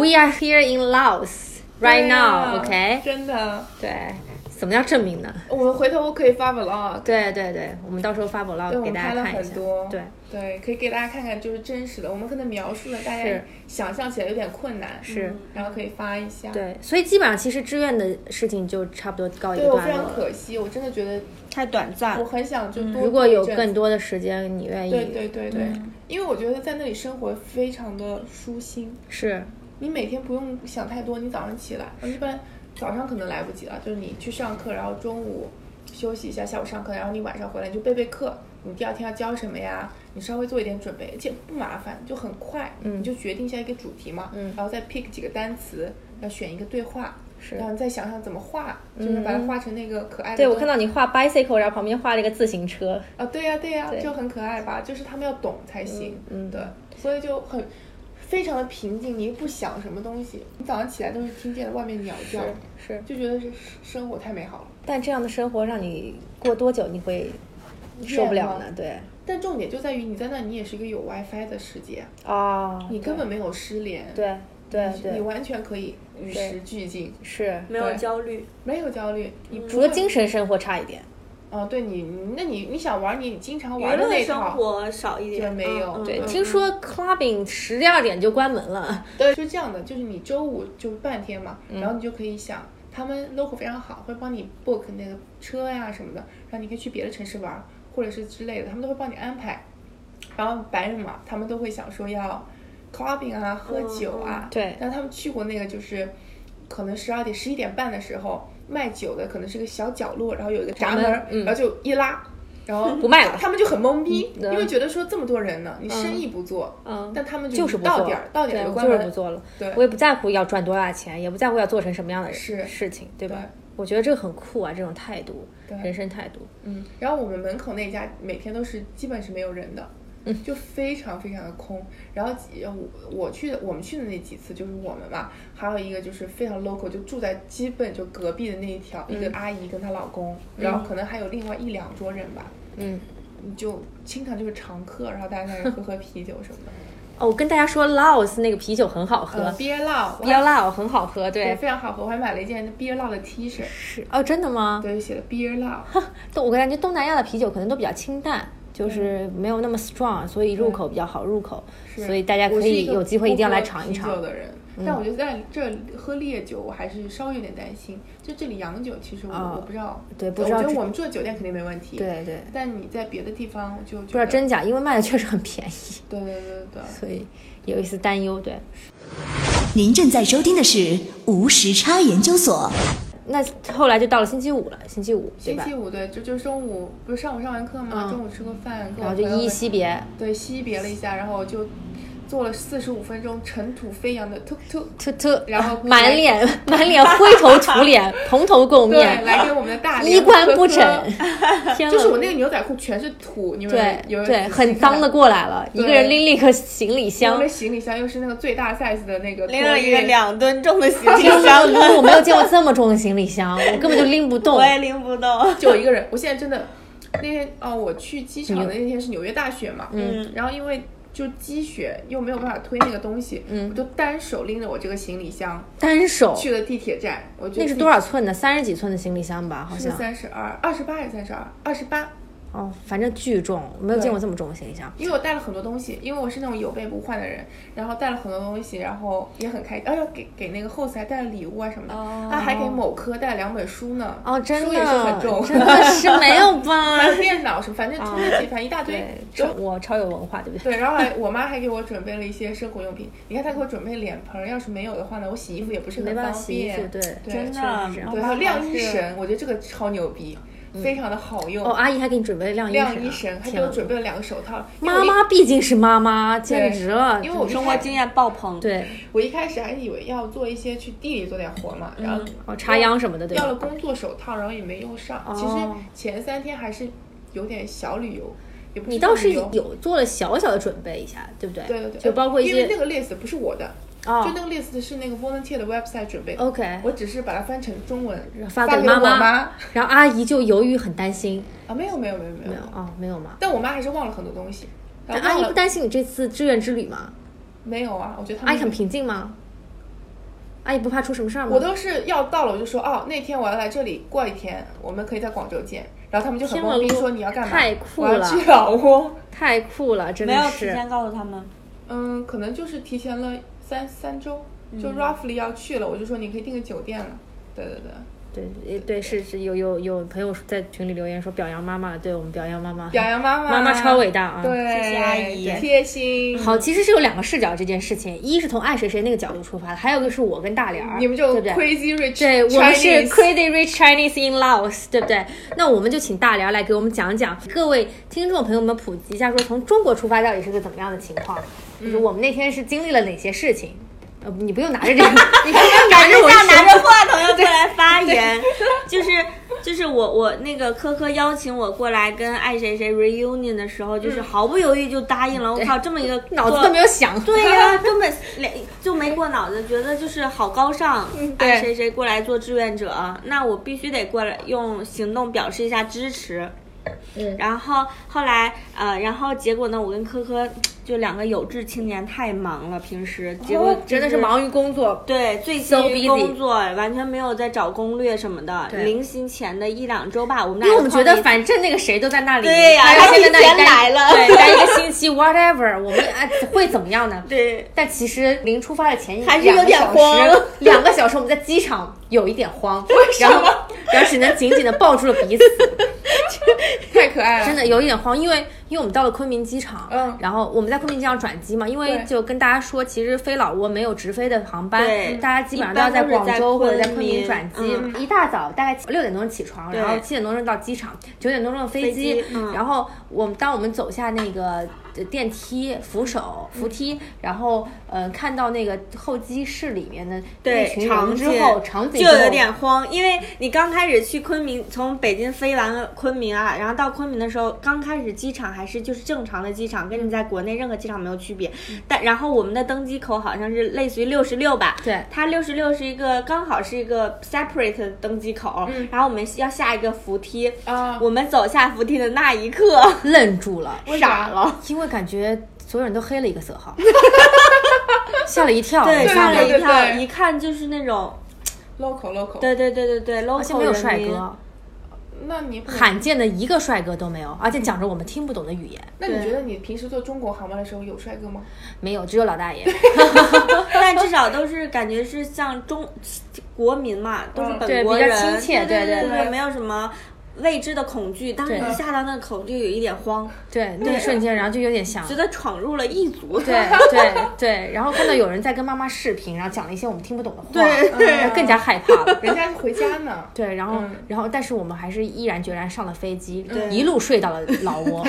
G: ，We are here in Laos
I: 对
G: right
I: 呀
G: now，OK？
I: 真的，
G: 啊对，怎么样证明呢？
I: 我们回头我可以发啊 vlog，
G: 对对对，我们到时候发
I: 对，
G: vlog
I: 我
G: 给
I: 们
G: 大家
I: 拍了
G: 看一
I: 很
G: 下。
I: 多，
G: 对，
I: 对，可以给大家看看就是真实的，我们可能描述的大家
G: 是
I: 想象起来有点困难，嗯
G: 是，
I: 然后可以发一下。
G: 对，所以基本上其实志愿的事情就差不多告一
I: 对我
G: 段
I: 非常
G: 落了。
I: 可惜，我真的觉得
J: 太短暂
I: 我。很想就多
G: 嗯如果有更
I: 多。
G: 多的时间，你愿意
I: 对对对对，因为我觉得在那里生活非常的舒心，
G: 是
I: 你每天不用想太多，你早上起来，一般早上可能来不及了，就是你去上课，然后中午休息一下，下午上课，然后你晚上回来你就背背课，你第二天要教什么呀？你稍微做一点准备，而且不麻烦，就
G: 嗯
I: 很快，你就决定下一个主题嘛，然后再 pick 几个单词，要选一个对话，
G: 是嗯
I: 然后你再想想怎么画，就是把它画成那个可爱的。
G: 对，我看到你画 bicycle，然后旁边画了一个自行车。
I: 啊，对呀、对呀、
G: 对
I: 就很可爱吧？就是他们要懂才行，
G: 嗯嗯
I: 对，所以就很非常的平静，你又不想什么东西，你早上起来都是听见外面鸟叫，
G: 是是
I: 就觉得是生活太美好了。
G: 但这样的生活让你过多久你会受不了呢？对
I: 但重点就在于你在那，你也是一个有 WiFi 的世界，
G: 啊，
I: 你根本没有失联，
G: 对啊对
I: 你你
G: 对
I: 完全可以与时俱进，
G: 是，
J: 没有焦虑，
I: 没有焦虑，你不
G: 嗯除了
I: 会
G: 精神生活差一点。
I: 哦，对你，那你你想玩你经常
J: 娱
I: 玩的
J: 乐
I: 那
J: 生
I: 套
J: 活少一
I: 也
J: 点，
I: 没有，
J: 嗯嗯
G: 对，
I: 嗯
G: 听说 clubbing 十第二点就关门了。
I: 对，就这样的，就是你周五就是半天嘛，然后你就可以想，他们 local 非常好，会帮你 book 那个车呀、什么的，然后你可以去别的城市玩，或者是之类的，他们都会帮你安排。然后白人嘛，他们都会想说要 clubbing 啊，喝酒啊，
G: 对
I: 但他们去过那个就是，可能十二点、十一点半的时候卖酒的，可能是个小角落，然后有一个闸门儿，
G: 嗯
I: 然后就一拉。然后
G: 不卖了
I: 他们就很懵逼，
G: 嗯
I: 因为觉得说这么多人呢，你生意不做，
G: 嗯
I: 但他们
G: 就是
I: 是
G: 不
I: 到
G: 做
I: 点儿，到点
G: 对
I: 儿就
G: 我
I: 关
G: 就
I: 门，
G: 是不做了。
I: 对
G: 我也不在乎要赚多大钱，也不在乎要做成什么样的
I: 是
G: 事情，对吧？
I: 对
G: 我觉得这个很酷啊，这种态度，
I: 对
G: 人生态度。
I: 嗯，然后我们门口那家每天都是基本是没有人的，嗯，就非常非常的空。然后几我我去的我们去的那几次就是我们嘛，还有一个就是非常 local，就住在基本就隔壁的那一条、一
G: 嗯
I: 个阿姨跟她老公，然后可能还有另外一两桌人吧，
G: 嗯，
I: 你就经常就是常客，然后大家在那里喝喝啤酒什么的，
G: 哦，我跟大家说，Laos 那个啤酒很好喝
I: 呃，憋辣，我
G: 比较
I: 还
G: 辣，哦很好喝，对
I: 对，。非常好喝，我还买了一件憋辣的 T 恤，
G: 是哦，真的吗？
I: 对，写的憋辣，
G: 东，我感觉东南亚的啤酒可能都比较清淡，就是没有那么 strong，所以入口比较好入口，
I: 是
G: 所以大家可
I: 我是
G: 以
I: 个
G: 有机会一定要
I: 不喝
G: 来尝一
I: 啤酒
G: 尝。嗯
I: 的人，但我觉得在这喝烈酒，我还是稍微有点担心。就这里洋酒，其实我、
G: 啊
I: 我不知道，
G: 对不知道
I: 我觉
G: 这
I: 得我们住的酒店肯定没问题，。
G: 对对，
I: 但你在别的地方我就不
G: 不知道真假，因为卖的确实很便宜，
I: 对对对对
G: 所以有一丝担忧。对，
F: 您正在收听的是无时差研究所。
G: 那后来就到了星期五了，星期五对
I: 星
G: 吧
I: 期？五对，就就中午不是上午上完课吗？
G: 嗯
I: 中午吃过饭，跟
G: 然
I: 我
G: 后就
I: 朋友
G: 依依
I: 们
G: 惜别
I: 对惜别了一下，然后我就坐了四十五分钟尘土飞扬的 tuk tuk，
G: 突突，
I: 然后
G: 啊满脸 满脸灰头土 脸，蓬头垢
I: 对
G: 面，
I: 来给我们的大
G: 衣
I: 连
G: 冠
I: 喝
G: 不
I: 喝
G: 整。 天呐
I: 就是我那个牛仔裤全是土，你们
G: 对
I: 有
G: 对很脏的过来了，一
I: 对
G: 个人拎了一个行李
I: 因
G: 箱
I: 为。行李箱又是那个最大 size 的那个托运，
J: 拎了一个两吨重的行李
G: 天呐，
J: 箱，
G: 我没有见过这么重的行李箱，我根本就拎不 动
J: 我。也拎 不动。
I: 就我一个人。我现在真的那天哦，我去机
G: 嗯
I: 场的那天是纽约大学嘛，
J: 嗯
I: 然后因为就积雪又没有办法推那个东西，嗯，我就单手拎着我这个行李箱
G: 单手
I: 去了地铁站。我觉得
G: 哦那是多少？啊寸的？三十几寸的行李箱吧，好
I: 是
G: 像。
I: 三十二、二十八还是三十二？二十八，
G: 哦，反正巨重，我没有见过这么重的行李箱。
I: 因为我带了很多东西，因为我是那种有备不患的人，然后带了很多东西，然后也很开心，而且给给那个 host 还带了礼物啊什么的，他、还给某科带了两本书呢，
G: 哦，真
I: 书也是很重
G: 的，，真的 是没有吧
I: 还？有电脑什么，反正真的反正一大堆
G: 啊对，，
I: 就
G: 超我超有文化，对不对？
I: 对，然后还我妈还给我准备了一些生活用品。你看她给我准备脸盆儿，要是没有的话呢，我洗衣服也不是
G: 没
I: 很
G: 办法
I: 方
G: 洗衣服，
I: 便。
G: 对。
I: 对，
J: 真的
G: 确实是这样
I: 对，还有晾衣绳，我觉得这个超牛逼，非常的好用。
G: 哦，阿姨还给你准备了晾衣
I: 晾衣
G: 绳啊
I: 绳，还给
G: 天
I: 我
G: 啊
I: 准备了两个手套。因为我
G: 妈
I: 一，
G: 妈毕竟是妈妈，简直了。
I: 因为我一
J: 生活
I: 开
J: 经验爆棚，，
G: 对，
I: 我一开始还以为要做一些去地里做点活嘛，然后
G: 哦，插秧什么的，对
I: 要了
G: 吧？
I: 工作手套，然后也没用上。其
G: 哦
I: 实前三天还是有点小旅游，也不
G: 你倒是
I: 旅游
G: 有做了小小的准备一下，对不对？
I: 对对对，
G: 就包括一
I: 因为那
G: 些
I: 个 list 不是我的，
G: 哦
I: 就那个 list 是那个 volunteer 的 website 准备的。
G: OK
I: 我只是把它翻成中文
G: 发
I: 给
G: 给
I: 我
G: 妈
I: 妈
G: 然后阿姨就由于很担心，
I: 啊，没有没有没有没有
G: 没有，哦，没有吗？
I: 但我妈还是忘了很多东西。
G: 但
I: 然后
G: 阿
I: 忘
G: 姨
I: 了
G: 不担心你这次志愿之旅吗？
I: 没有啊，我觉得他
G: 阿
I: 们
G: 姨很。平静吗？阿姨不怕出什么事儿吗？
I: 我都是要到了，我就说哦，那天我要来这里过一天，我们可以在广州见。然后他们就很
G: 天了
I: 懵逼
G: 噜
I: 说你要干嘛？
G: 太酷
I: 我要
G: 了
I: 去老挝。
G: 太酷了，真
J: 没有
G: 的
J: 提
G: 是。
J: 前告诉他们。
I: 嗯，可能就是提前了三三周，就
G: 嗯
I: roughly 要去了，我就说你可以订个酒店了。对对对，
G: 对对对，是是有有有朋友在群里留言说表扬妈妈，对我们表扬妈妈，
I: 表扬妈妈，
G: 妈妈超伟大啊！
I: 对，
J: 谢谢阿姨对
I: 贴心。
G: 好，其实是有两个视角这件事情，一是从爱谁谁那个角度出发的，还有一个是我跟大脸儿，
I: 你们就
G: 对不对？
I: crazy rich，
G: 对我们是
I: Chinese
G: Crazy Rich Chinese in Laos，对不对？那我们就请大梁来给我们讲讲，各位听众朋友们普
J: 嗯
G: 及一下，说从中国出发到底是个怎么样的情况，就是我们那天是经历了哪些事情。呃，你不用拿着 这个，你看
J: 拿着
G: 着我
J: 下拿着
G: 手
J: 话筒要过来发 言，就是就是我我那个科科邀请我过来跟爱谁谁 reunion 的时候，就是毫不犹豫就答应了。我靠，这么一个
G: 嗯 脑子
J: 做
G: 都没有想。
J: 对 呀、根本连就没过脑子，觉得就是好高尚，
G: 嗯
J: 爱谁谁过来做志愿者，那我必须得过来用行动表示一下支持。嗯，然后后来呃，然后结果呢，我跟科科就两个有志青年太忙了，平时结果、
G: 哦真的是。忙于工作，
J: 对，最
G: So
J: 近
G: busy
J: 工作完全没有在找攻略什么的。临行前的一两周吧，我们俩
G: 因为我们觉
J: 创
G: 得
J: 立
G: 反正那个谁都在那里，
J: 嗯对呀
G: 大家先在那
J: 他
G: 里
J: 提前来
G: 待
J: 了
G: 对，待一个星期 whatever，我们啊会怎么样呢？
J: 对
G: 但其实临出发的前一
J: 还是有点
G: 两个
J: 慌
G: 小时， 两个小时我们在机场有一点 慌，然后然后只能紧紧的抱住了彼此，
I: 太可爱了，
G: 真的有一点慌，因为因为我们到了昆明机场，
I: 嗯
G: 然后我们在昆明机场转机嘛，因为
I: 对
G: 就跟大家说，其实飞老挝没有直飞的航班
J: 对，
G: 大家基本上都要在广州
J: 一般都
G: 或
J: 是在
G: 者在昆明转机
J: 昆。嗯
G: 一大早大概六点多钟起床，
J: 对
G: 然后七点多钟到机场，九点多钟的飞
J: 飞
G: 机
J: 机，嗯
G: 然后我们当我们走下那个。呃电梯、扶手、扶梯，
J: 嗯
G: 然后呃，看到那个候机室里面的那
J: 对
G: 群
J: 场
G: 人之
J: 景
G: 后，场景
J: 就
G: 之后
J: 有点慌，因为你刚开始去昆明，从北京飞完昆明啊，然后到昆明的时候，刚开始机场还是就是正常的机场，跟你
G: 嗯
J: 在国内任何机场没有区别。但然后我们的登机口好像是类似于六十六吧，
G: 对
J: 它六十六是一个刚好是一个 separate 的登机口，
G: 嗯
J: 然后我们要下一个扶梯，
I: 啊
J: 我们走下扶梯的那 一刻
G: 愣住了，
J: 傻了。
G: 因为感觉所有人都黑了一个色 号，吓了一跳，
J: 对，
G: 你知道
J: 吓
G: 吗
J: 了一
I: 对
J: 跳，
I: 对
J: 一看就是那种，
I: local local。
J: 对对对对对，local
G: 而且没有帅
J: 人民
G: 哥，啊
I: 那你不能
G: 罕见的一个帅哥都没有，而且讲着我们听不懂的语言，
I: 那你觉得你平时坐中国航班的时候有帅哥吗？
G: 没有，只有老大 爷。
J: 但至少都是感觉是像中国民嘛，都是
G: 嗯对
J: 本
G: 比
J: 国
G: 较
J: 人，
G: 亲切
J: 对
G: 对对
J: 对，没有什么未知的恐惧。当时
G: 对
J: 一下到那个口就有一点慌，
G: 对，那一瞬间，然后就有点想
J: 觉。得闯入了异族。
G: 对 对对，然后看到有人在跟妈妈视频，然后讲了一些我们听不懂的话，
J: 对
G: 然后更加害怕了。。
I: 人家回家呢
G: 对，然后、
I: 嗯
G: 然后，但是我们还是毅然决然上了飞机，
J: 对
G: 一路睡到了老 挝。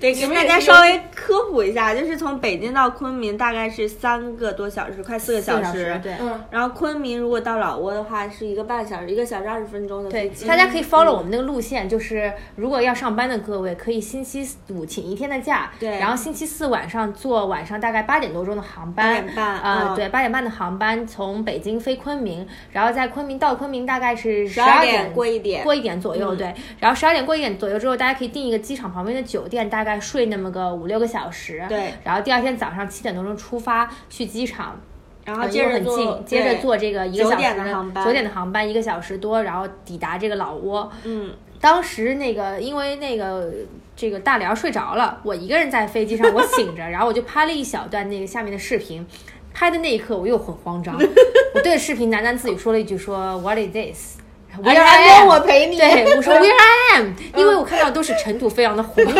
J: 对，给大家稍微科普一下，就是从北京到昆明大概是三个多小时，快四个
G: 四个
J: 小
G: 小
J: 时。
G: 时，对。
I: 嗯，
J: 然后昆明如果到老挝的话是一个半小时，一个小时二十分钟的
G: 对
J: 飞，机。
G: 大家可以 follow 我们那个路线，就是如果要上班的各位，可以星期五请一天的假，
J: 对
G: 然后星期四晚上坐晚上大概八点多钟的航班，
J: 8点半
G: 呃，
J: 嗯
G: 对，八点半的航班从北京飞昆明，然后在昆明到昆明大概是十
J: 12
G: 点
J: 点过一点嗯
G: 过一点左右，对，然后十二点过一点左右之后，大家可以订一个机场旁边的酒店，大概睡那么个五六个小时，
J: 对
G: 然后第二天早上七点多钟出发去机场，
J: 然
G: 啊，
J: 后
G: 因
J: 接
G: 为
J: 着
G: 很
J: 坐
G: 近，接着坐这个一个小时
J: 9点的航班
G: 九点的航班一个小时多，然后抵达这个老挝。
J: 嗯，
G: 当时那个因为那个这个大辽睡着了，我一个人在飞机上，我醒着，然后我就拍了一小段那个下面的视频。拍的那一刻，我又很慌 张，我对着视频喃喃自语说了一句说 What is this？我
J: 哎还没有我陪你嗯
G: 对， 我说 Where I am，因为我看到都是尘土飞扬的红土，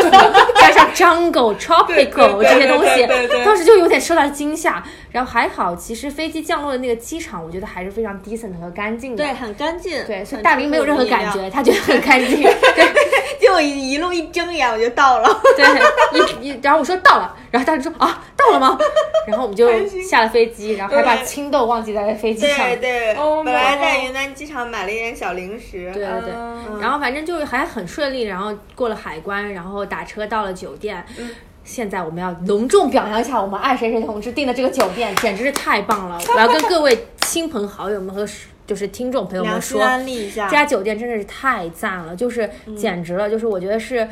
G: 加上 jungle、tropical 这些东
I: 对对对
G: 西，当时就有点受到惊吓。然后还好，其实飞机降落的那个机场，我觉得还是非常 decent 和干净的。
J: 对，很干净。
G: 对，所以
J: 很
G: 大明没有任何感
J: 不一
G: 觉，
J: 样。
G: 他觉得很干净。对
J: 结果一一路一睁眼我就到了。
G: 对，一一，然后我说到了，然后大明说啊，到了吗？然后我们就下了飞机，然后还把
J: 对
G: 青豆忘记在飞机上。
J: 对对，
I: Oh
J: 本来
I: my
J: 在
I: God
J: 云南机场买了一点小零食。
G: 对对对，
J: 嗯
G: 然后反正就还很顺利，然后过了海关，然后打车到了酒店。
J: 嗯
G: 现在我们要隆重表扬一下我们爱谁谁同志订的这个酒店，简直是太棒了！我要跟各位亲朋好友们和就是听众朋友们
J: 良心
G: 说，
J: 安利一下
I: 啊
G: 这，家酒店真的是太赞了，就是
I: 嗯
G: 简直了，就是我觉得是。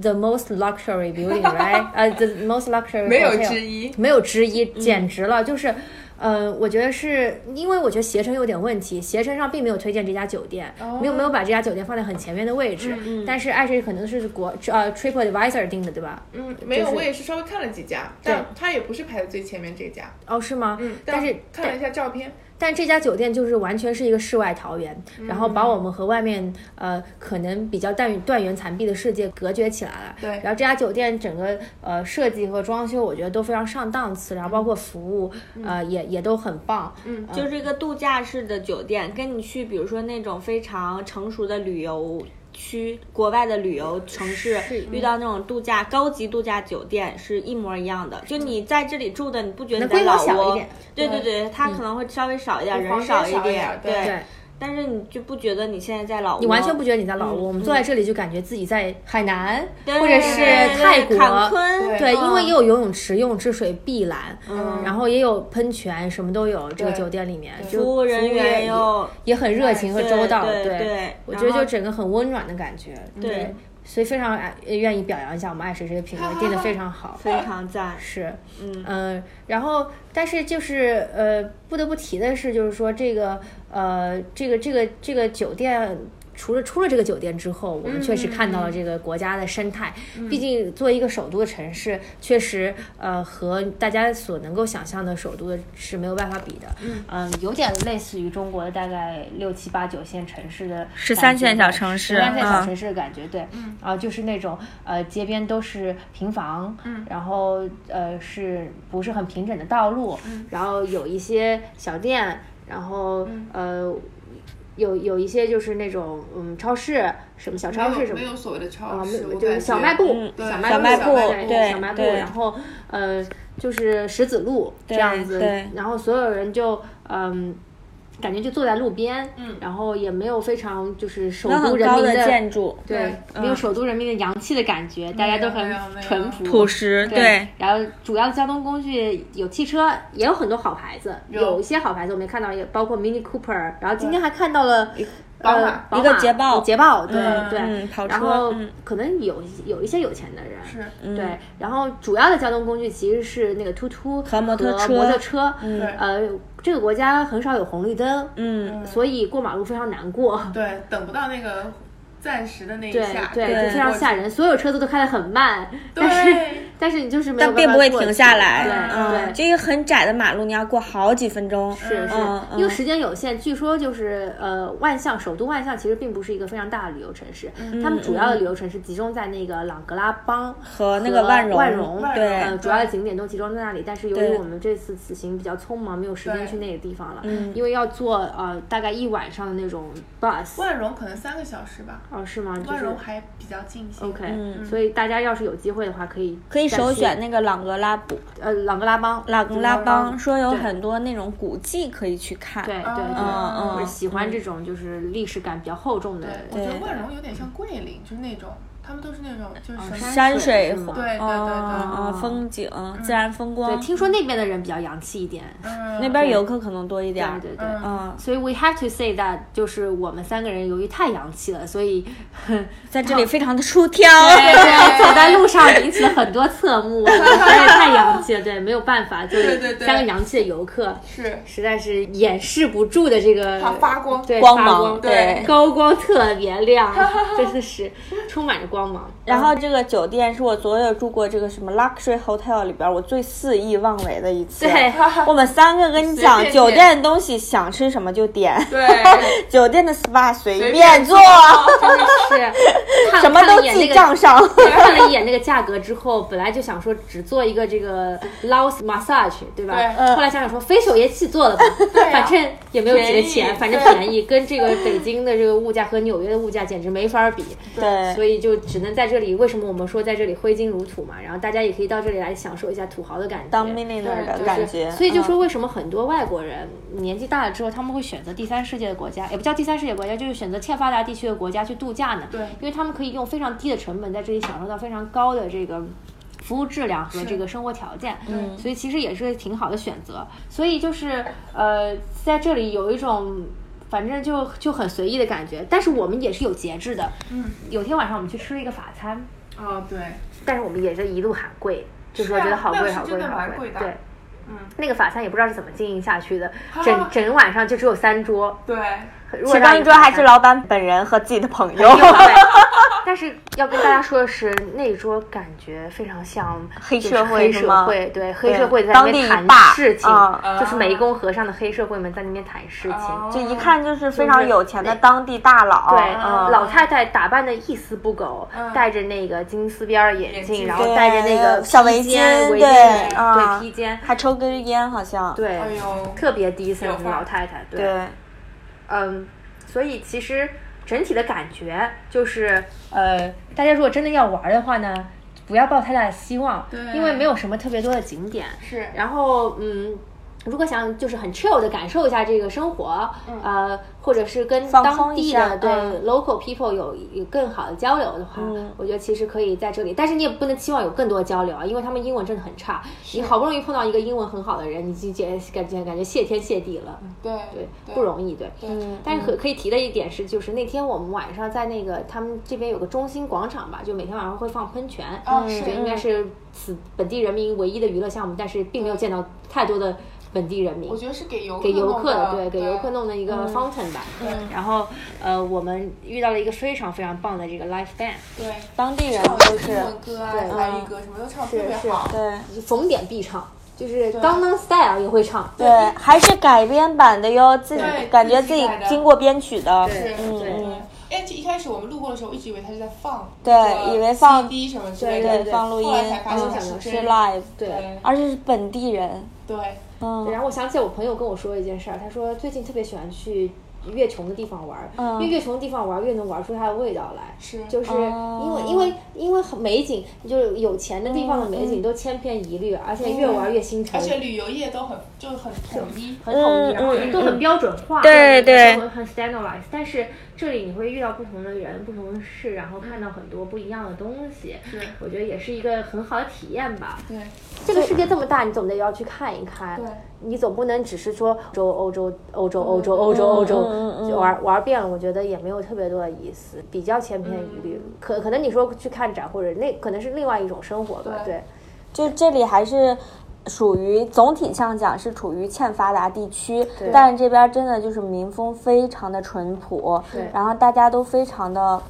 G: The most luxury building, right? 呃、t h e most luxury
I: 没有
G: hotel
I: 之一嗯
G: 没有之一，简直了！就是，呃，我觉得是因为我觉得携程有点问题，携程上并没有推荐这家酒店，
I: 哦
G: 没有没有把这家酒店放在很前面的位置。
I: 嗯
G: 但是爱谁可能是国呃 TripAdvisor 定的，对吧？
I: 嗯，没有，
G: 就是
I: 我也是稍微看了几家，但他也不是排在最前面这家。
G: 哦，是吗？
I: 嗯，
G: 但是
I: 看了一下照片，
G: 但这家酒店就是完全是一个世外桃源，
J: 嗯
G: 然后把我们和外面呃可能比较断断垣残壁的世界隔绝起来了。
I: 对
G: 然后这家酒店整个呃设计和装修，我觉得都非常上档次，然后
J: 嗯
G: 包括服务、呃也也都很棒。嗯，
J: 就是一个度假式的酒店，跟你去比如说那种非常成熟的旅游。去国外的旅游城市
G: 是
J: 遇到那种度假高级度假酒店是一模一样的，就你在这里住的，你不觉得
G: 那
J: 你在
G: 规模
J: 老
G: 小一
J: 窝
G: 点？
J: 对对对，它可能会稍微少一点，人
I: 房间
J: 一
I: 少一
J: 点
I: 点，对
G: 对
J: 但是你就不觉得你现在在老窝，
G: 你完全不觉得你在老挝，我们坐在这里就感觉自己在海南或者是
J: 嗯对
G: 泰国。
J: 坎昆，嗯
G: 对，因为也
J: 有
G: 有游泳池，游泳池水碧蓝，
J: 嗯
G: 然后也有喷泉，什么都有。这个酒店里面，就
J: 服务人员
G: 也
J: 又
G: 也很热情和周到，
J: 哎对对对
G: 我觉得
J: 然后
G: 就整个很温暖的感觉，嗯
J: 对，
G: 所以非常爱愿意表扬一下我们爱谁谁的品味定的非常好，
J: 非常赞，
G: 是，
J: 嗯
G: 呃然后但是就是呃，不得不提的是，就是说这个呃，这个这个这个酒店。除了出了这个酒店之后，我们确实看到了这个国家的生态。毕竟作为一个首都的城市，确实呃和大家所能够想象的首都的是没有办法比的。嗯、有点类似于中国的大概六七八九线城市的
J: 13线小城市
G: 十三线小
J: 嗯
G: 城市的感觉。对，
I: 嗯
G: 啊，就是那种呃街边都是平房，
I: 嗯
G: 然后呃是不是很平整的道路，
I: 嗯
G: 然后有一些小店，然后、呃有有一些就是那种嗯超市，什么小超市什么
I: 没有所谓的超
G: 啊，
I: 市，我
G: 就是
I: 感
G: 小
I: 觉
G: 卖部，
J: 嗯
I: 对
G: 卖
I: 小
G: 部，
I: 卖
G: 小
I: 部
G: 卖
J: 对
G: 小卖部，
J: 对
G: 然后呃，就是石子路这样子
J: 对，
G: 然后所有人就嗯。感觉就坐在路边，
I: 嗯
G: 然后也没有非常就是首
J: 有
G: 都
J: 很
G: 人
J: 高嗯
G: 民的
J: 建筑，
G: 对，没有首都人民的洋气的感觉，大家都
I: 没有没有
G: 很
I: 没有
G: 淳朴
J: 朴实，
G: 对，然后主要的交通工具有汽车，也有很多好牌子，
I: 有
G: 有一些好牌子我没看到，也包括 Mini Cooper，然后今天还看到了
I: 宝马
G: 呃宝
J: 一个捷豹
G: 捷豹，对
I: 嗯
G: 对
J: 嗯，跑
G: 然
J: 车
G: 后
J: 嗯
G: 可能有有一些有钱的人
I: 是
G: 对，然后主要的交通工具其实是那个突突
J: 和摩托
G: 托
J: 车
G: 摩车，
I: 对
G: 呃，这个国家很少有红绿灯，
J: 嗯，
G: 所以过马路非常难过。
I: 对，等不到那个暂时的那一
G: 对
I: 下，
G: 对，
J: 对
G: 就非常吓人。所有车子都开得很慢，但是
I: 对
G: 但是你就是没有
J: 但并
G: 办
J: 不
G: 法
J: 会
G: 过
J: 停
G: 去
J: 下来。
G: 对
J: 嗯，
G: 对。
J: 这个很窄的马路你要过好几分钟。
G: 是是
J: 嗯，
G: 因为
J: 嗯
G: 时间有限，据说就是呃，万象首都万象其实并不是一个非常大的旅游城市，
J: 嗯
G: 他们主要的旅游城市集中在那个朗格拉邦
J: 和那个万
G: 万
J: 荣
G: 荣，
I: 万
J: 对
G: 呃，
I: 荣
G: 主要的景点都集中在那里。但是由于
J: 对
G: 我们这次此行比较匆忙，没有时间去那个地方了，
J: 嗯
G: 因为要坐呃大概一晚上的那种 bus，
I: 万荣可能三个小时吧，
G: 哦是吗？ 就
I: 万
G: 是
I: 荣还比较近一些。
G: OK，、
J: 嗯
G: 所以大家要是有机会的话，可以
J: 可以
G: 再
J: 首
G: 去
J: 选那个朗格拉布、
G: 呃朗格拉邦，
J: 朗格拉邦，说有
G: 对
J: 很多那种古迹可以去看。
G: 对对对，
I: 嗯
J: 嗯
G: 我喜欢这种就是历史感比较厚重的
I: 对，我
J: 对
I: 觉得万荣有点像桂林，就是那种他们都是那种就是什么
J: 山
G: 水
J: 水
G: 是吗
J: 湖，
I: 对对对对
J: 啊，
G: 嗯
J: 风景、自然风
G: 对，
J: 光，
G: 听说那边的人比较洋气一点，
I: 嗯
J: 那边游客可能多一点儿。
G: 对对对。
J: 嗯，
G: 所以 we have to say that，就是我们三个人由于太洋气了，所以
J: 在这里非常的出挑。
G: 对对，走在路上引起了很多侧目，实在太洋气了。对，没有办法，就
I: 对
G: 是
I: 对对
G: 三个洋气的游客，
I: 是
G: 实在是掩饰不住的这个
I: 它发光
G: 对
J: 光
G: 发
J: 芒对
G: 对，高光特别亮，真的是充满着光芒。
J: 然后这个酒店是我所有住过这个什么 luxury hotel 里边儿我最肆意妄为的一次。
G: 对，
J: 我们三个跟你讲
I: 随，便点
J: 酒店的东西想吃什么就点，
I: 对
J: 酒店的 SPA 随
I: 随
J: 便
I: 便
J: 做，
G: 是看
J: 什么
G: 看
J: 都
G: 了一眼
J: 记
G: 那个
J: 账上。
G: 看了一眼那个价格之后，本来就想说只做一个这个 Laos massage，对吧？
I: 对
G: 后来想想说非首页器做了吧，
I: 啊
G: 反正也没有几个钱，
I: 便宜
G: 反正便宜，跟这个北京的这个物价和纽约的物价简直没法比。所
J: 对，
G: 以就只能在这里，为什么我们说在这里挥金如土嘛？然后大家也可以到这里来享受一下土豪的感觉，
J: 当 millionaire 的
G: 就是
J: 感觉。嗯
G: 所以就说，为什么很多外国人年纪大了之后，他们会选择第三世界的国家，也不叫第三世界国家，就是选择欠发达地区的国家去度假呢？
I: 对
G: 因为他们可以用非常低的成本，在这里享受到非常高的这个。服务质量和这个生活条件，嗯，所以其实也是挺好的选择。所以就是呃，在这里有一种反正就就很随意的感觉，但是我们也是有节制的。嗯，有天晚上我们去吃了一个法餐，
I: 哦对，
G: 但是我们也是一路喊贵，就是
I: 是
G: 我
I: 啊
G: 觉得好
I: 那
G: 贵，
I: 是
G: 好
I: 真的
G: 好
I: 蛮贵的
G: 对，
I: 嗯，
G: 那个法餐也不知道是怎么经营下去 的，
I: 啊
G: 整整晚上就只有三桌，
I: 对，
G: 如果
J: 其
G: 让
J: 中
G: 你
J: 一桌
G: 晚
J: 还
G: 上
J: 是老板本人和自己的朋 友，
G: 对 但是要跟大家说的是，那一桌感觉非常像
J: 黑
G: 就是
J: 社会
G: 黑
J: 是
G: 社
J: 吗
G: 会对黑
J: 对
G: 社会在
J: 当
G: 那
J: 地一
G: 边谈
J: 霸
G: 事情，
J: 啊
G: 就是湄公河上的黑社会们在那边谈事情。
I: 哦
J: 就一看就是非常有钱的当地大佬。
G: 对，
J: 嗯
G: 老太太打扮的一丝不苟，戴着那个金丝边儿眼
I: 眼
G: 镜，
I: 镜
G: 然后戴着那个
J: 对小围
G: 披肩
J: 巾
G: 围
J: 对
G: 巾
J: 啊
G: 对披肩，
J: 还抽根烟，好像。
G: 对，
I: 哎呦，
G: 特别低 e 的
I: 范儿
G: 老太太，对，
J: 对，
G: 嗯，所以其实整体的感觉就是，呃，大家如果真的要玩的话呢，不要抱太大的希望，因为没有什么特别多的景点。是，然后嗯。如果想就是很 chill 的感受一下这个生活，呃，或者是跟
J: 嗯放
G: 当
J: 松一
G: 地
J: 下
G: 的对
J: 嗯
G: local people 有有更好的交流的话，我觉得其实可以在这里，但是你也不能期望有更多的交流啊，因为他们英文真的很差。你好不容易碰到一个英文很好的人，你就觉感觉感觉谢天谢地
J: 嗯
G: 了。
I: 对嗯
G: 对，不容易，对。但是可可以提的一点是，就是那天我们晚上在那个他们这边有个中心广场吧，就每天晚上会放喷泉，
I: 哦是
G: 对，应该是此本地人民唯一的娱乐项目，但是并没有见到太多的本地人民
I: 我。觉得是给游
G: 给游
I: 弄
G: 客
I: 的，嗯
G: 的，对，给游客弄的一个 fountain 吧。然后，呃，我们遇到了一个非常非常棒的这个 live band，
I: 对，
J: 当地人
I: 唱
J: 都
I: 英
J: 是
I: 文歌啊、
G: 对
I: 法语歌什么都唱得特
G: 是
I: 别好。
J: 对
G: 逢点必唱，就是《江南 Style》也会唱。
E: 对，还是改编版的哟，自己
I: 对
E: 感觉
I: 自
E: 自
I: 己
E: 己
I: 改的
E: 经过编曲的。
I: 是，
G: 对
I: 对。哎，这一开始我们路过的时候，一直以为他是在放
E: 对
I: 那个
E: 以为放
I: CD 什么之类
E: 对
I: 的，
E: 放录
I: 后来
E: 音
I: 才
J: 啊
I: 发现
G: 嗯
I: 是
E: 是
I: 真的
E: live，
G: 对。
I: 对
E: 而且是本地人。
I: 对，
E: 嗯，
G: 然后我想起我朋友跟我说一件事儿，他说最近特别喜欢去越穷的地方玩儿，因为越穷的地方玩儿越能玩出它的味道来。
I: 嗯是哦
G: 就是因为、因为因为美景，就是有钱的地方的美景都千篇一律，而且越玩越心疼
I: 嗯而。且旅游业都很就很统一，
G: 很统一，然啊后都很标准化，
K: 对对
G: 都很很 standardized。但是这里你会遇到不同的人、不同的事，然后看到很多不一样的东西，我觉得也是一个很好的体验吧。
I: 对，
G: 这个世界这么大，你总得要去看一看。对，你总不能只是说欧洲、欧洲、欧洲、欧洲、欧洲、欧洲就玩玩遍了，我觉得也没有特别多的意思，比较千篇一律。可可能你说去看展或者那可能是另外一种生活吧。对，
E: 就这里还是属于总体上讲是处于欠发达地区，但是这边真的就是民风非常的淳朴，然后大家都非常的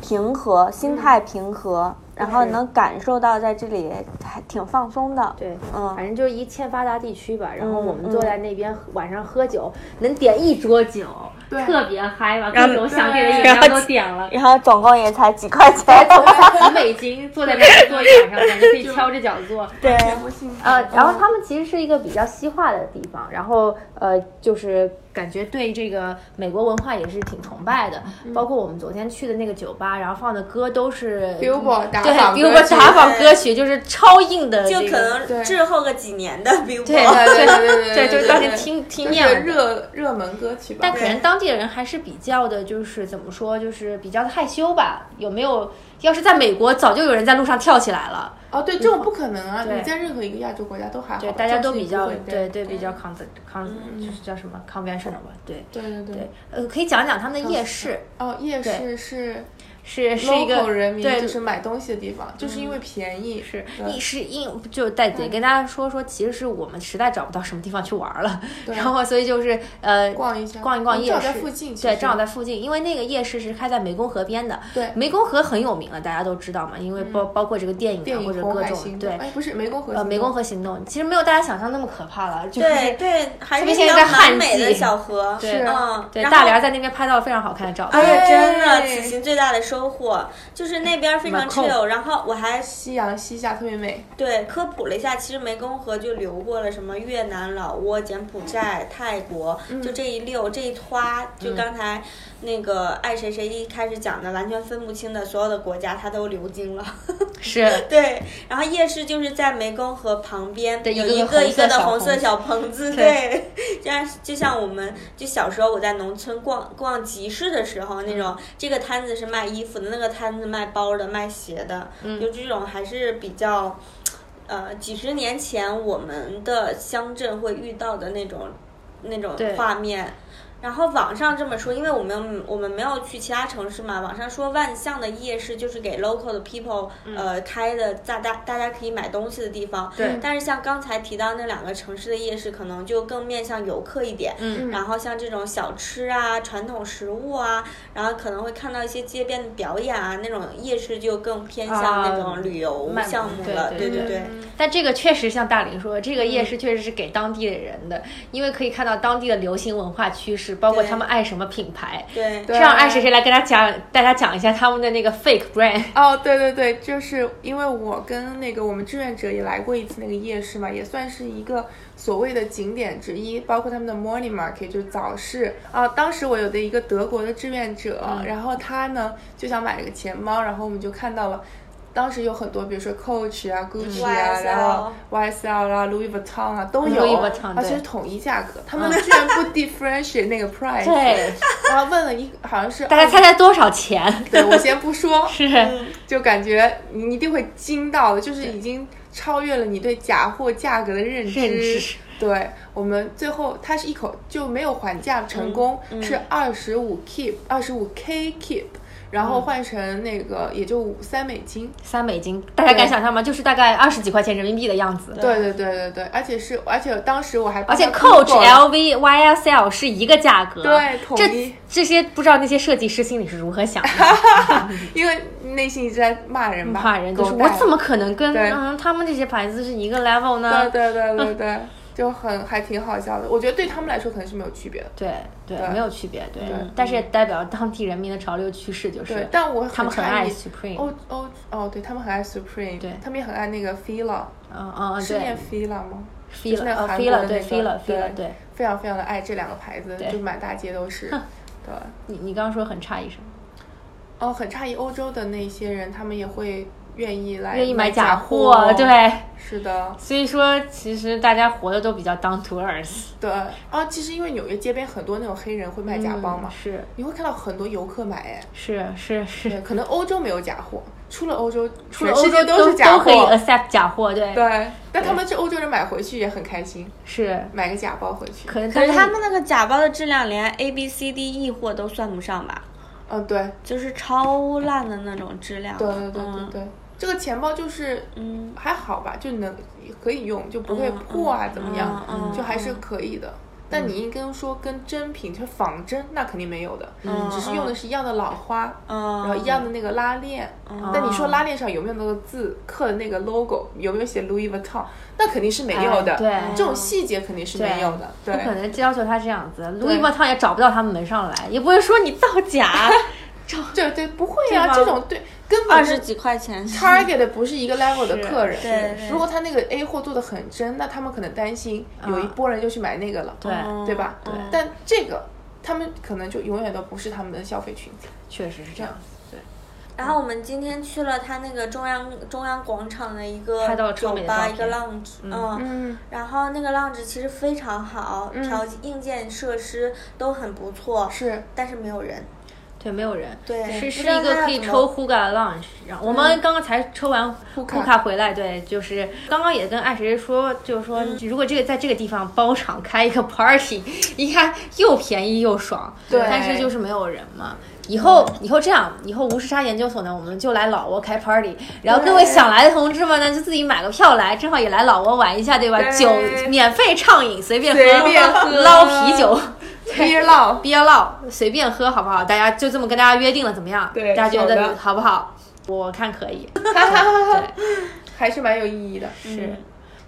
E: 平和，心态平和，然后能感受到在这里还挺放松的。
G: 对，
E: 嗯
G: 反正就是一欠发达地区吧。然后我们坐在那边喝晚上喝酒，能点一桌酒，特别嗨吧，各种想点的饮
E: 然
G: 料
E: 后
G: 都点了。
E: 然后总共也才几块钱，
G: 很美金，坐在那个座椅上，感觉可以敲着脚坐。
E: 对，
G: 呃，然后他们其实是一个比较西化的地方，然后呃，就是感觉对这个美国文化也是挺崇拜的，包括我们昨天去的那个酒吧，然后放的歌都是
I: Billboard 打
G: 对
I: 榜歌
G: Billboard
I: 曲
G: 打榜歌曲，就是超硬的这
J: 就
G: 个，
J: 可能滞后个几年的
G: 对
J: Billboard。
G: 对
I: 对
G: 对，就是当时听
I: 就
G: 听
I: 是
G: 厌了。
I: 热热门歌曲吧。
G: 但可能当地人还是比较的，就是怎么说，就是比较的害羞吧。有没有？要是在美国，早就有人在路上跳起来了。
I: 哦，对，这种不可能啊！
G: 对
I: 你在任何一个亚洲国家都还好，
G: 对，大家都比较
I: 啊这种事情不会
G: 对对比较 con con 就是叫什么 conventional 吧，对
I: 对对对
G: 对。呃，可以讲讲他们的夜市，
I: 哦，夜市是
G: 是是一
I: local
G: 个
I: 人民
G: 对嗯
I: 就是嗯买东西的地方，就是因为便宜。
G: 是
I: 对
G: 一是因就带
I: 嗯
G: 得跟大家说说，其实是我们实在找不到什么地方去玩了，然后所以就是呃
I: 逛一下
G: 逛一逛
I: 我们
G: 夜
I: 正
G: 市，
I: 好在附近其
G: 对，
I: 实
G: 正好在附近，因为那个夜市是开在湄公河边的，
I: 对嗯
G: 湄公河很有名了，大家都知道嘛，因为包、包括这个电影啊
I: 电影
G: 或者
I: 《
G: 各
I: 红海
G: 种
I: 行动》
G: 对。
I: 哎，不是湄公河
G: 呃，
I: 行动
G: 湄公河行动其实没有大家想象那么可怕了，就是
J: 对对，还
G: 特
J: 是
G: 别
J: 比
G: 现在
J: 较
G: 在旱
J: 南美的
G: 季
J: 小河，
G: 对
J: 嗯，
G: 对，
J: 然
G: 大
J: 后
G: 连在那边拍到了非常好看的照片。
J: 而且真的，
I: 哎
J: 此行最大的收获就是那边非常
G: 马控
J: chill，然后我还
I: 夕阳西下特别美，
J: 对科普了一下，其实湄公河就流过了什么越南、老挝、柬埔寨、泰国，就
G: 嗯
J: 这一溜这一沓，就刚才那个爱谁谁一开始讲的，完全分不清的所有的国家，它都流经了。
G: 是
J: 对，然后夜市就是在湄公河旁边
G: 对
J: 有
G: 一
J: 一
G: 个
J: 个
G: 一个
J: 一个的
G: 红
J: 红
G: 色
J: 色
G: 小
J: 小棚子，
G: 对
J: 对， 这样就像我们就小时候我在农村逛逛集市的时候那
G: 嗯
J: 种，这个摊子是卖衣服的，那个摊子卖包的、卖鞋的，
G: 嗯
J: 就这种还是比较。呃，几十年前我们的乡镇会遇到的那种那种
G: 对
J: 画面。然后网上这么说，因为我们我们没有去其他城市嘛，网上说万象的夜市就是给 local 的 people、呃
G: 嗯
J: 开的，大大大家可以买东西的地方。
G: 对
J: 但是像刚才提到那两个城市的夜市，可能就更面向游客一点。嗯。然后像这种小吃啊、传统食物啊，然后可能会看到一些街边的表演啊，那种夜市就更偏向那
G: 啊
J: 种旅游
G: 漫
J: 项目
G: 对
J: 了。
G: 对
J: 对
G: 对
J: 对。
G: 但这个确实
I: 嗯
G: 像大林说，这个夜市确实是给当地的人的，因为可以看到当地的流行文化趋势，事，包括他们爱什么品牌，
J: 对，
G: 这样爱谁谁来跟他讲，大家讲一下他们的那个 fake brand。
I: 哦，对对对，就是因为我跟那个我们志愿者也来过一次那个夜市嘛，也算是一个所谓的景点之一，包括他们的 morning market 就是早市啊。当时我有的一个德国的志愿者，
G: 嗯
I: 然后他呢就想买了个钱包，然后我们就看到了。当时有很多，比如说 Coach 啊、Gucci 啊，
J: YSL
I: 然后 YSL 啦、Louis Vuitton 啊都有
G: Louis Vuitton，，
I: 而且
G: 对嗯
I: 是统一价格，他们居然不 differentiate 那个 price，
G: 对，
I: 然后问了一好像是
G: 大家猜猜多少钱？
I: 对我先不说， 嗯
G: 是
I: 就感觉你一定会惊到的，就是已经超越了你对假货价格的认知。
G: 认知
I: 对我们最后，它是一口就没有还价成功，
G: 嗯
I: 是二十五 keep，二十五 k keep，然后换成那个
G: 嗯
I: 也就五三美金。
G: 三美金，大家敢想象吗？就是大概二十几块钱人民币的样子。
I: 对对对对对，而且是而且当时我还
G: 而且
I: 帮他
G: Coach、
I: Google 了
G: LV、YSL 是一个价格，
I: 对统一
G: 这这些不知道那些设计师心里是如何 想的，
I: 因为内心一直在骂人吧，
G: 怕人就是
I: 狗带
G: 我怎么可能跟
I: 对
G: 嗯他们这些牌子是一个 level 呢
I: 对？对 对对对，就很还挺好笑的。我觉得对他们来说可能是没有区别的。
G: 对对
I: 对
G: 没有区别，对，但是也代表当地人民的潮流趋势就
I: 对
G: 是，，
I: 但我
G: 他们很
I: 诧
G: 爱
I: 异
G: Supreme，
I: 欧欧哦，对他们很爱 Supreme，
G: 对
I: 他们也很爱那个 Fila，
G: 嗯嗯嗯，
I: 是念
G: 对
I: Fila 吗？
G: ，Fila
I: 就是那
G: 呃
I: 韩国的
G: Fila 对
I: 那个
G: Fila
I: 对
G: Fila 对，
I: 非常非常的爱这两个牌子，
G: 对
I: 就满大街都是。对，
G: 你你刚刚说很诧异什么？
I: 哦，很诧异，欧洲的那些人他们也会愿意来
G: 愿意买
I: 哎假
G: 假货，对，
I: 是的，
G: 所以说其实大家活的都比较 down to earth，
I: 对。啊，其实因为纽约街边很多那种黑人会卖假包嘛，
G: 嗯是
I: 你会看到很多游客买，哎，
G: 是是是
I: 对，，可能欧洲没有假货，出了欧洲，
G: 除了
I: 全
G: 欧
I: 世
G: 洲
I: 界
G: 都
I: 是假
G: 都可以
I: 货。
G: accept 假货，对，
I: 对，但他们这欧洲人买回去也很开心，
G: 是
I: 买个假包回去。
G: 可能
J: 可
G: 但
J: 是他们那个假包的质量连 A B C D E 货都算不上吧，
I: 嗯，对，
J: 就是超烂的那种质量。
I: 对对对对对，这个钱包就是
J: 嗯，
I: 还好吧，就能可以用，就不会破啊，怎么样，
J: 嗯嗯
I: 就还是可以的。但你一跟说跟真品，就是仿真，那肯定没有的，只是用的是一样的老花，
J: 嗯，
I: 然后一样的那个拉链。但你说拉链上有没有那个字刻的那个 logo，有没有写 Louis Vuitton？那肯定是没有的。
G: 哎对
I: 这种细节肯定是没有的。
G: 不
I: 对，
G: 可能要求他这样子，Louis Vuitton 也找不到他们门上来，也不会说你造假，
I: 对对，不会啊，这种对根本
J: 二
I: 就
J: 十几块钱。
I: target 的不是一个 level 的客人。
J: 对对
I: 如果他那个 A 货做的很真，那他们可能担心有一波人就去买那个了，哦
G: 对
I: 对吧？对。但这个他们可能就永远都不是他们的消费群体。
G: 确实是这样。
J: 然后我们今天去了他那个中央中央广场的一个
G: 拍到了超
J: 酒
G: 美的
J: 吧，
G: 照
J: 一个
G: 片
J: lounge，嗯，
I: 嗯，
J: 然后那个 lounge 其实非常好，条硬件设施都很不错，
I: 是
J: 但是没有人。
G: 对，没有人。
J: 对
G: 是
J: 不
G: 是
J: 知道
G: 一个
J: 他
G: 可以
J: 怎么嗯
G: 抽 Huga Lounge，然后我们刚刚才抽完 Huga 回来，对，就是刚刚也跟爱谁谁说，就是说
J: 嗯
G: 如果这个在这个地方包场开一个 party，应 该又便宜又爽。
I: 对
G: 但是就是没有人嘛。以后
J: 嗯
G: 以后这样，以后无时差研究所呢，我们就来老挝开 party，然后各位想来的同志们呢，就自己买个票来，正好也来老挝玩一下，对吧？
I: 对
G: 酒免费畅饮，随便喝，
I: 随便喝
G: 捞啤酒。
I: 憋浪
G: 憋唠，随便喝好不好？大家就这么跟大家约定了，怎么样？
I: 对
G: 大家觉
I: 好的
G: 得好不好？我看可以。
I: 还是蛮有意义的。
G: 是，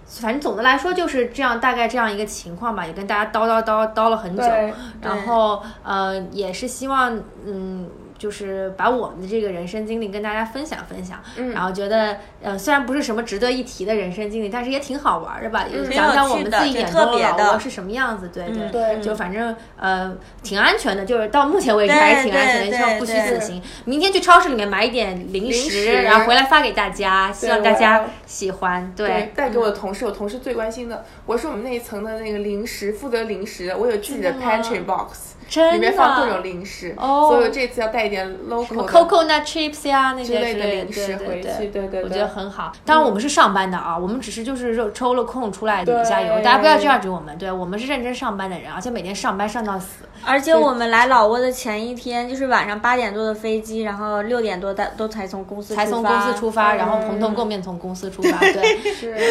G: 反正总的来说就是这样，大概这样一个情况吧，也跟大家叨叨叨叨了很久
I: 对。
G: 然后呃，也是希望嗯。就是把我们的这个人生经历跟大家分享分享，
J: 嗯
G: 然后觉得，呃，虽然不是什么值得一提的人生经历，但是也挺好玩儿的吧，也讲讲我们自己
J: 嗯挺
G: 眼
J: 有趣的挺
G: 中
J: 特别
G: 老
J: 的
G: 挝是什么样子，对对
J: 嗯
I: 对
G: 就反正呃挺安全的，就是到目前为止还是挺安全的，
J: 对对
G: 希望不虚
J: 对
G: 此行。明天去超市里面买一点零
I: 零
G: 食，
I: 食
G: 然后回来发给大家，希望大
I: 我
G: 家
I: 要
G: 喜欢，
I: 对，带给我的同事，我同事最关心的，我是我们那一层的那个零食负责零食的，我有自己的 pantry box，
G: 真的
I: 里面放各种零食，
G: 哦
I: 所以我这次要带一点 local 的
G: coconut chips 呀、那些
I: 之类的
G: 对
I: 零食
G: 对
I: 回
G: 对
I: 去对对
G: 我觉
I: 对
G: 得很好。当然我们是上班的啊，我们只是就是说抽了空出来旅一下游，
I: 对
G: 大家不要 judge 我们，对我们是认真上班的人，而且每天上班上到死，
J: 而且我们来老挝的前一天，就是晚上八点多的飞机，然后六点多的都才从公司
G: 才从公司出
I: 嗯
G: 发，然后蓬头垢面从公司出 发，对，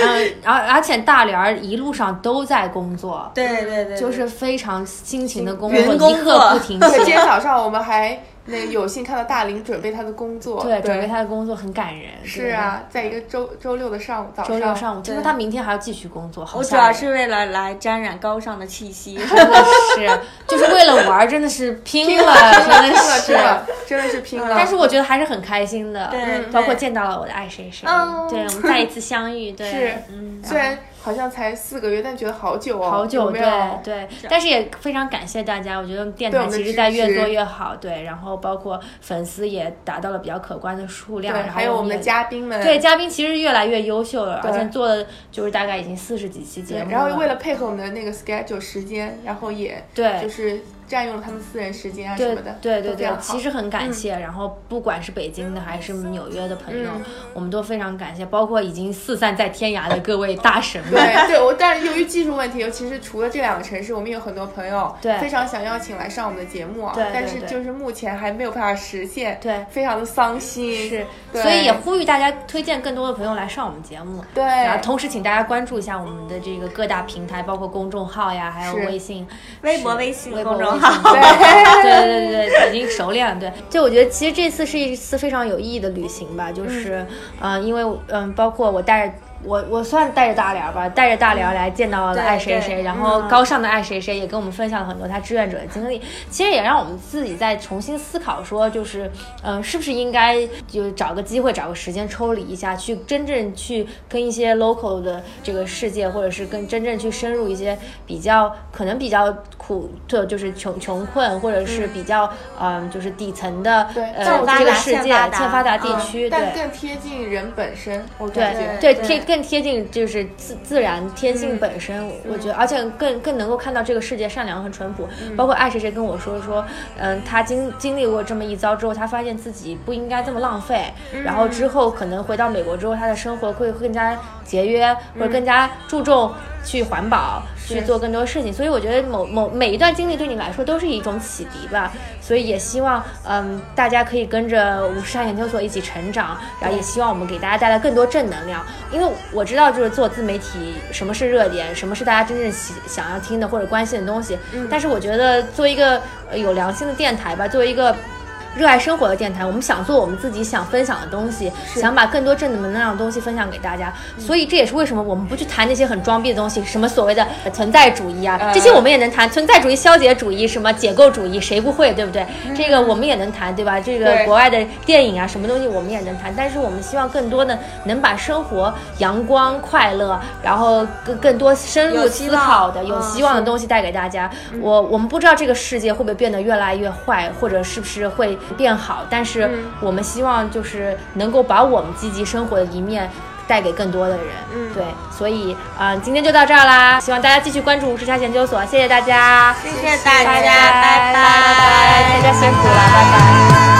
G: 嗯，而而且大连儿一路上都在工作，
J: 对对对，
G: 就是非常辛勤的工
J: 云
G: 作，
J: 工
G: 一刻
J: 作
G: 不停
I: 对，今
G: 歇。
I: 天早上我们还那个有幸看到大林准备他的工作，
G: 对，
I: 对，
G: 准备他的工作很感人。
I: 是啊，在一个周周六的上午早
G: 对，
I: 上，
G: 周六上午，听说他明天还要继续工作，好
J: 我哦主
G: 吓人
J: 要是为了来沾染高尚的气息。
G: 真的 是，就是为了玩儿，真的是拼了，真的是
I: 真的真的是拼了。
G: 但是我觉得还是很开心的，嗯
J: 对
G: 包括
J: 对
G: 见到了我的爱谁谁，
J: 嗯
G: 对我们再一次相遇，对，
I: 是， 虽然好像才四个月，但觉得好久哦，
G: 嗯好久，
I: 有没
G: 对
I: 有？
G: 对，但是也非常感谢大家，我觉得电
I: 对
G: 台
I: 我们的
G: 其实在
I: 支
G: 越做
I: 持
G: 越好，对，然后包括粉丝也达到了比较可观的数量，
I: 对
G: 然后
I: 还有我们的
G: 也
I: 嘉宾们
G: 对嘉宾其实越来越优秀了，而
I: 对
G: 且做的就是大概已经四十几期节
I: 对
G: 目
I: 然后为了配合我们的那个 schedule 时间，然后也
G: 对
I: 就是占用了他们私人时间啊什
G: 对
I: 么的，
G: 对
I: 都
G: 对
I: 非
G: 对
I: 常，好嗯
G: 其实很感谢。然后不管是北京的还是纽约的朋友，
I: 嗯
G: 我们都非常感谢，包括已经四散在天涯的各位大神们。
I: 对对，我但由于技术问题，尤其是除了这两个城市，我们有很多朋友
G: 对
I: 非常想邀请来上我们的节目啊，
G: 对对
I: 但是就是目前还没有办法实现，
G: 对
I: 非常的丧心，
G: 是，
I: 对
G: 所以也呼吁大家推荐更多的朋友来上我们节目。
I: 对
G: 然后同时请大家关注一下我们的这个各大平台，包括公众号呀，还有
I: 是
G: 微信、
J: 微博、微信
G: 微博、
J: 公众
G: 微信
J: 号，
G: 对对对对对，已经熟练了。对，就我觉得其实这次是一次非常有意义的旅行吧，
J: 嗯
G: 就是，呃，因为嗯、包括我带着。我我算带着大梁吧，带着大梁来见到了
J: 嗯对
G: 爱谁
J: 对嗯
G: 谁，然后高尚的爱谁谁也跟我们分享了很多他志愿者的经历，其实也让我们自己再重新思考，说就是，嗯、是不是应该就找个机会，找个时间抽离一下，去真正去跟一些 local 的这个世界，或者是跟真正去深入一些比较可能比较苦，就就是穷穷困，或者是比较嗯、就是底层的
I: 对
G: 呃
I: 欠
J: 发
G: 这个
J: 达
G: 世
J: 欠
G: 界
J: 发达
G: 欠发达地
I: 嗯
G: 区，对
I: 但。更贴近人本身，我
G: 对
I: 感觉。嗯
G: 对
J: 对
G: 贴更贴近就是自自然天性本身，我觉得，而且更更能够看到这个世界善良和淳朴。
I: 嗯
G: 包括爱谁谁跟我说说，嗯，他经经历过这么一遭之后，他发现自己不应该这么浪费，
I: 嗯
G: 然后之后可能回到美国之后，他的生活会更加节约，
I: 嗯
G: 或者更加注重去环保，去做更多事情。所以我觉得某某每一段经历对你来说都是一种启迪吧。所以也希望，嗯，大家可以跟着五十山研究所一起成长，然后也希望我们给大家带来更多正能量。因为我知道，就是做自媒体，什么是热点，什么是大家真正喜想要听的或者关心的东西。但是我觉得，作为一个呃有良心的电台吧，作为一个热爱生活的电台，我们想做我们自己想分享的东西，想把更多正能量的东西分享给大家。所以这也是为什么我们不去谈那些很装逼的东西，什么所谓的呃存在主义啊，这些我们也能谈。存在主义、消解主义、什么解构主义，谁不会，对不对？这个我们也能谈，对吧？这个
I: 对
G: 国外的电影啊，什么东西我们也能谈。但是我们希望更多的能把生活、阳光、快乐，然后更更多深入
J: 有希
G: 思
J: 望
G: 考的、有
J: 嗯
G: 希望的东西带给大家。我我们不知道这个世界会不会变得越来越坏，或者是不是会变好，但是我们希望就是能够把我们积极生活的一面。带给更多的人，嗯，对，所以啊、呃今天就到这儿啦，希望大家继续关注无时差研究所，谢谢大家，
J: 谢谢大家，
G: 拜
J: 拜
G: 拜，大家辛苦了，拜拜。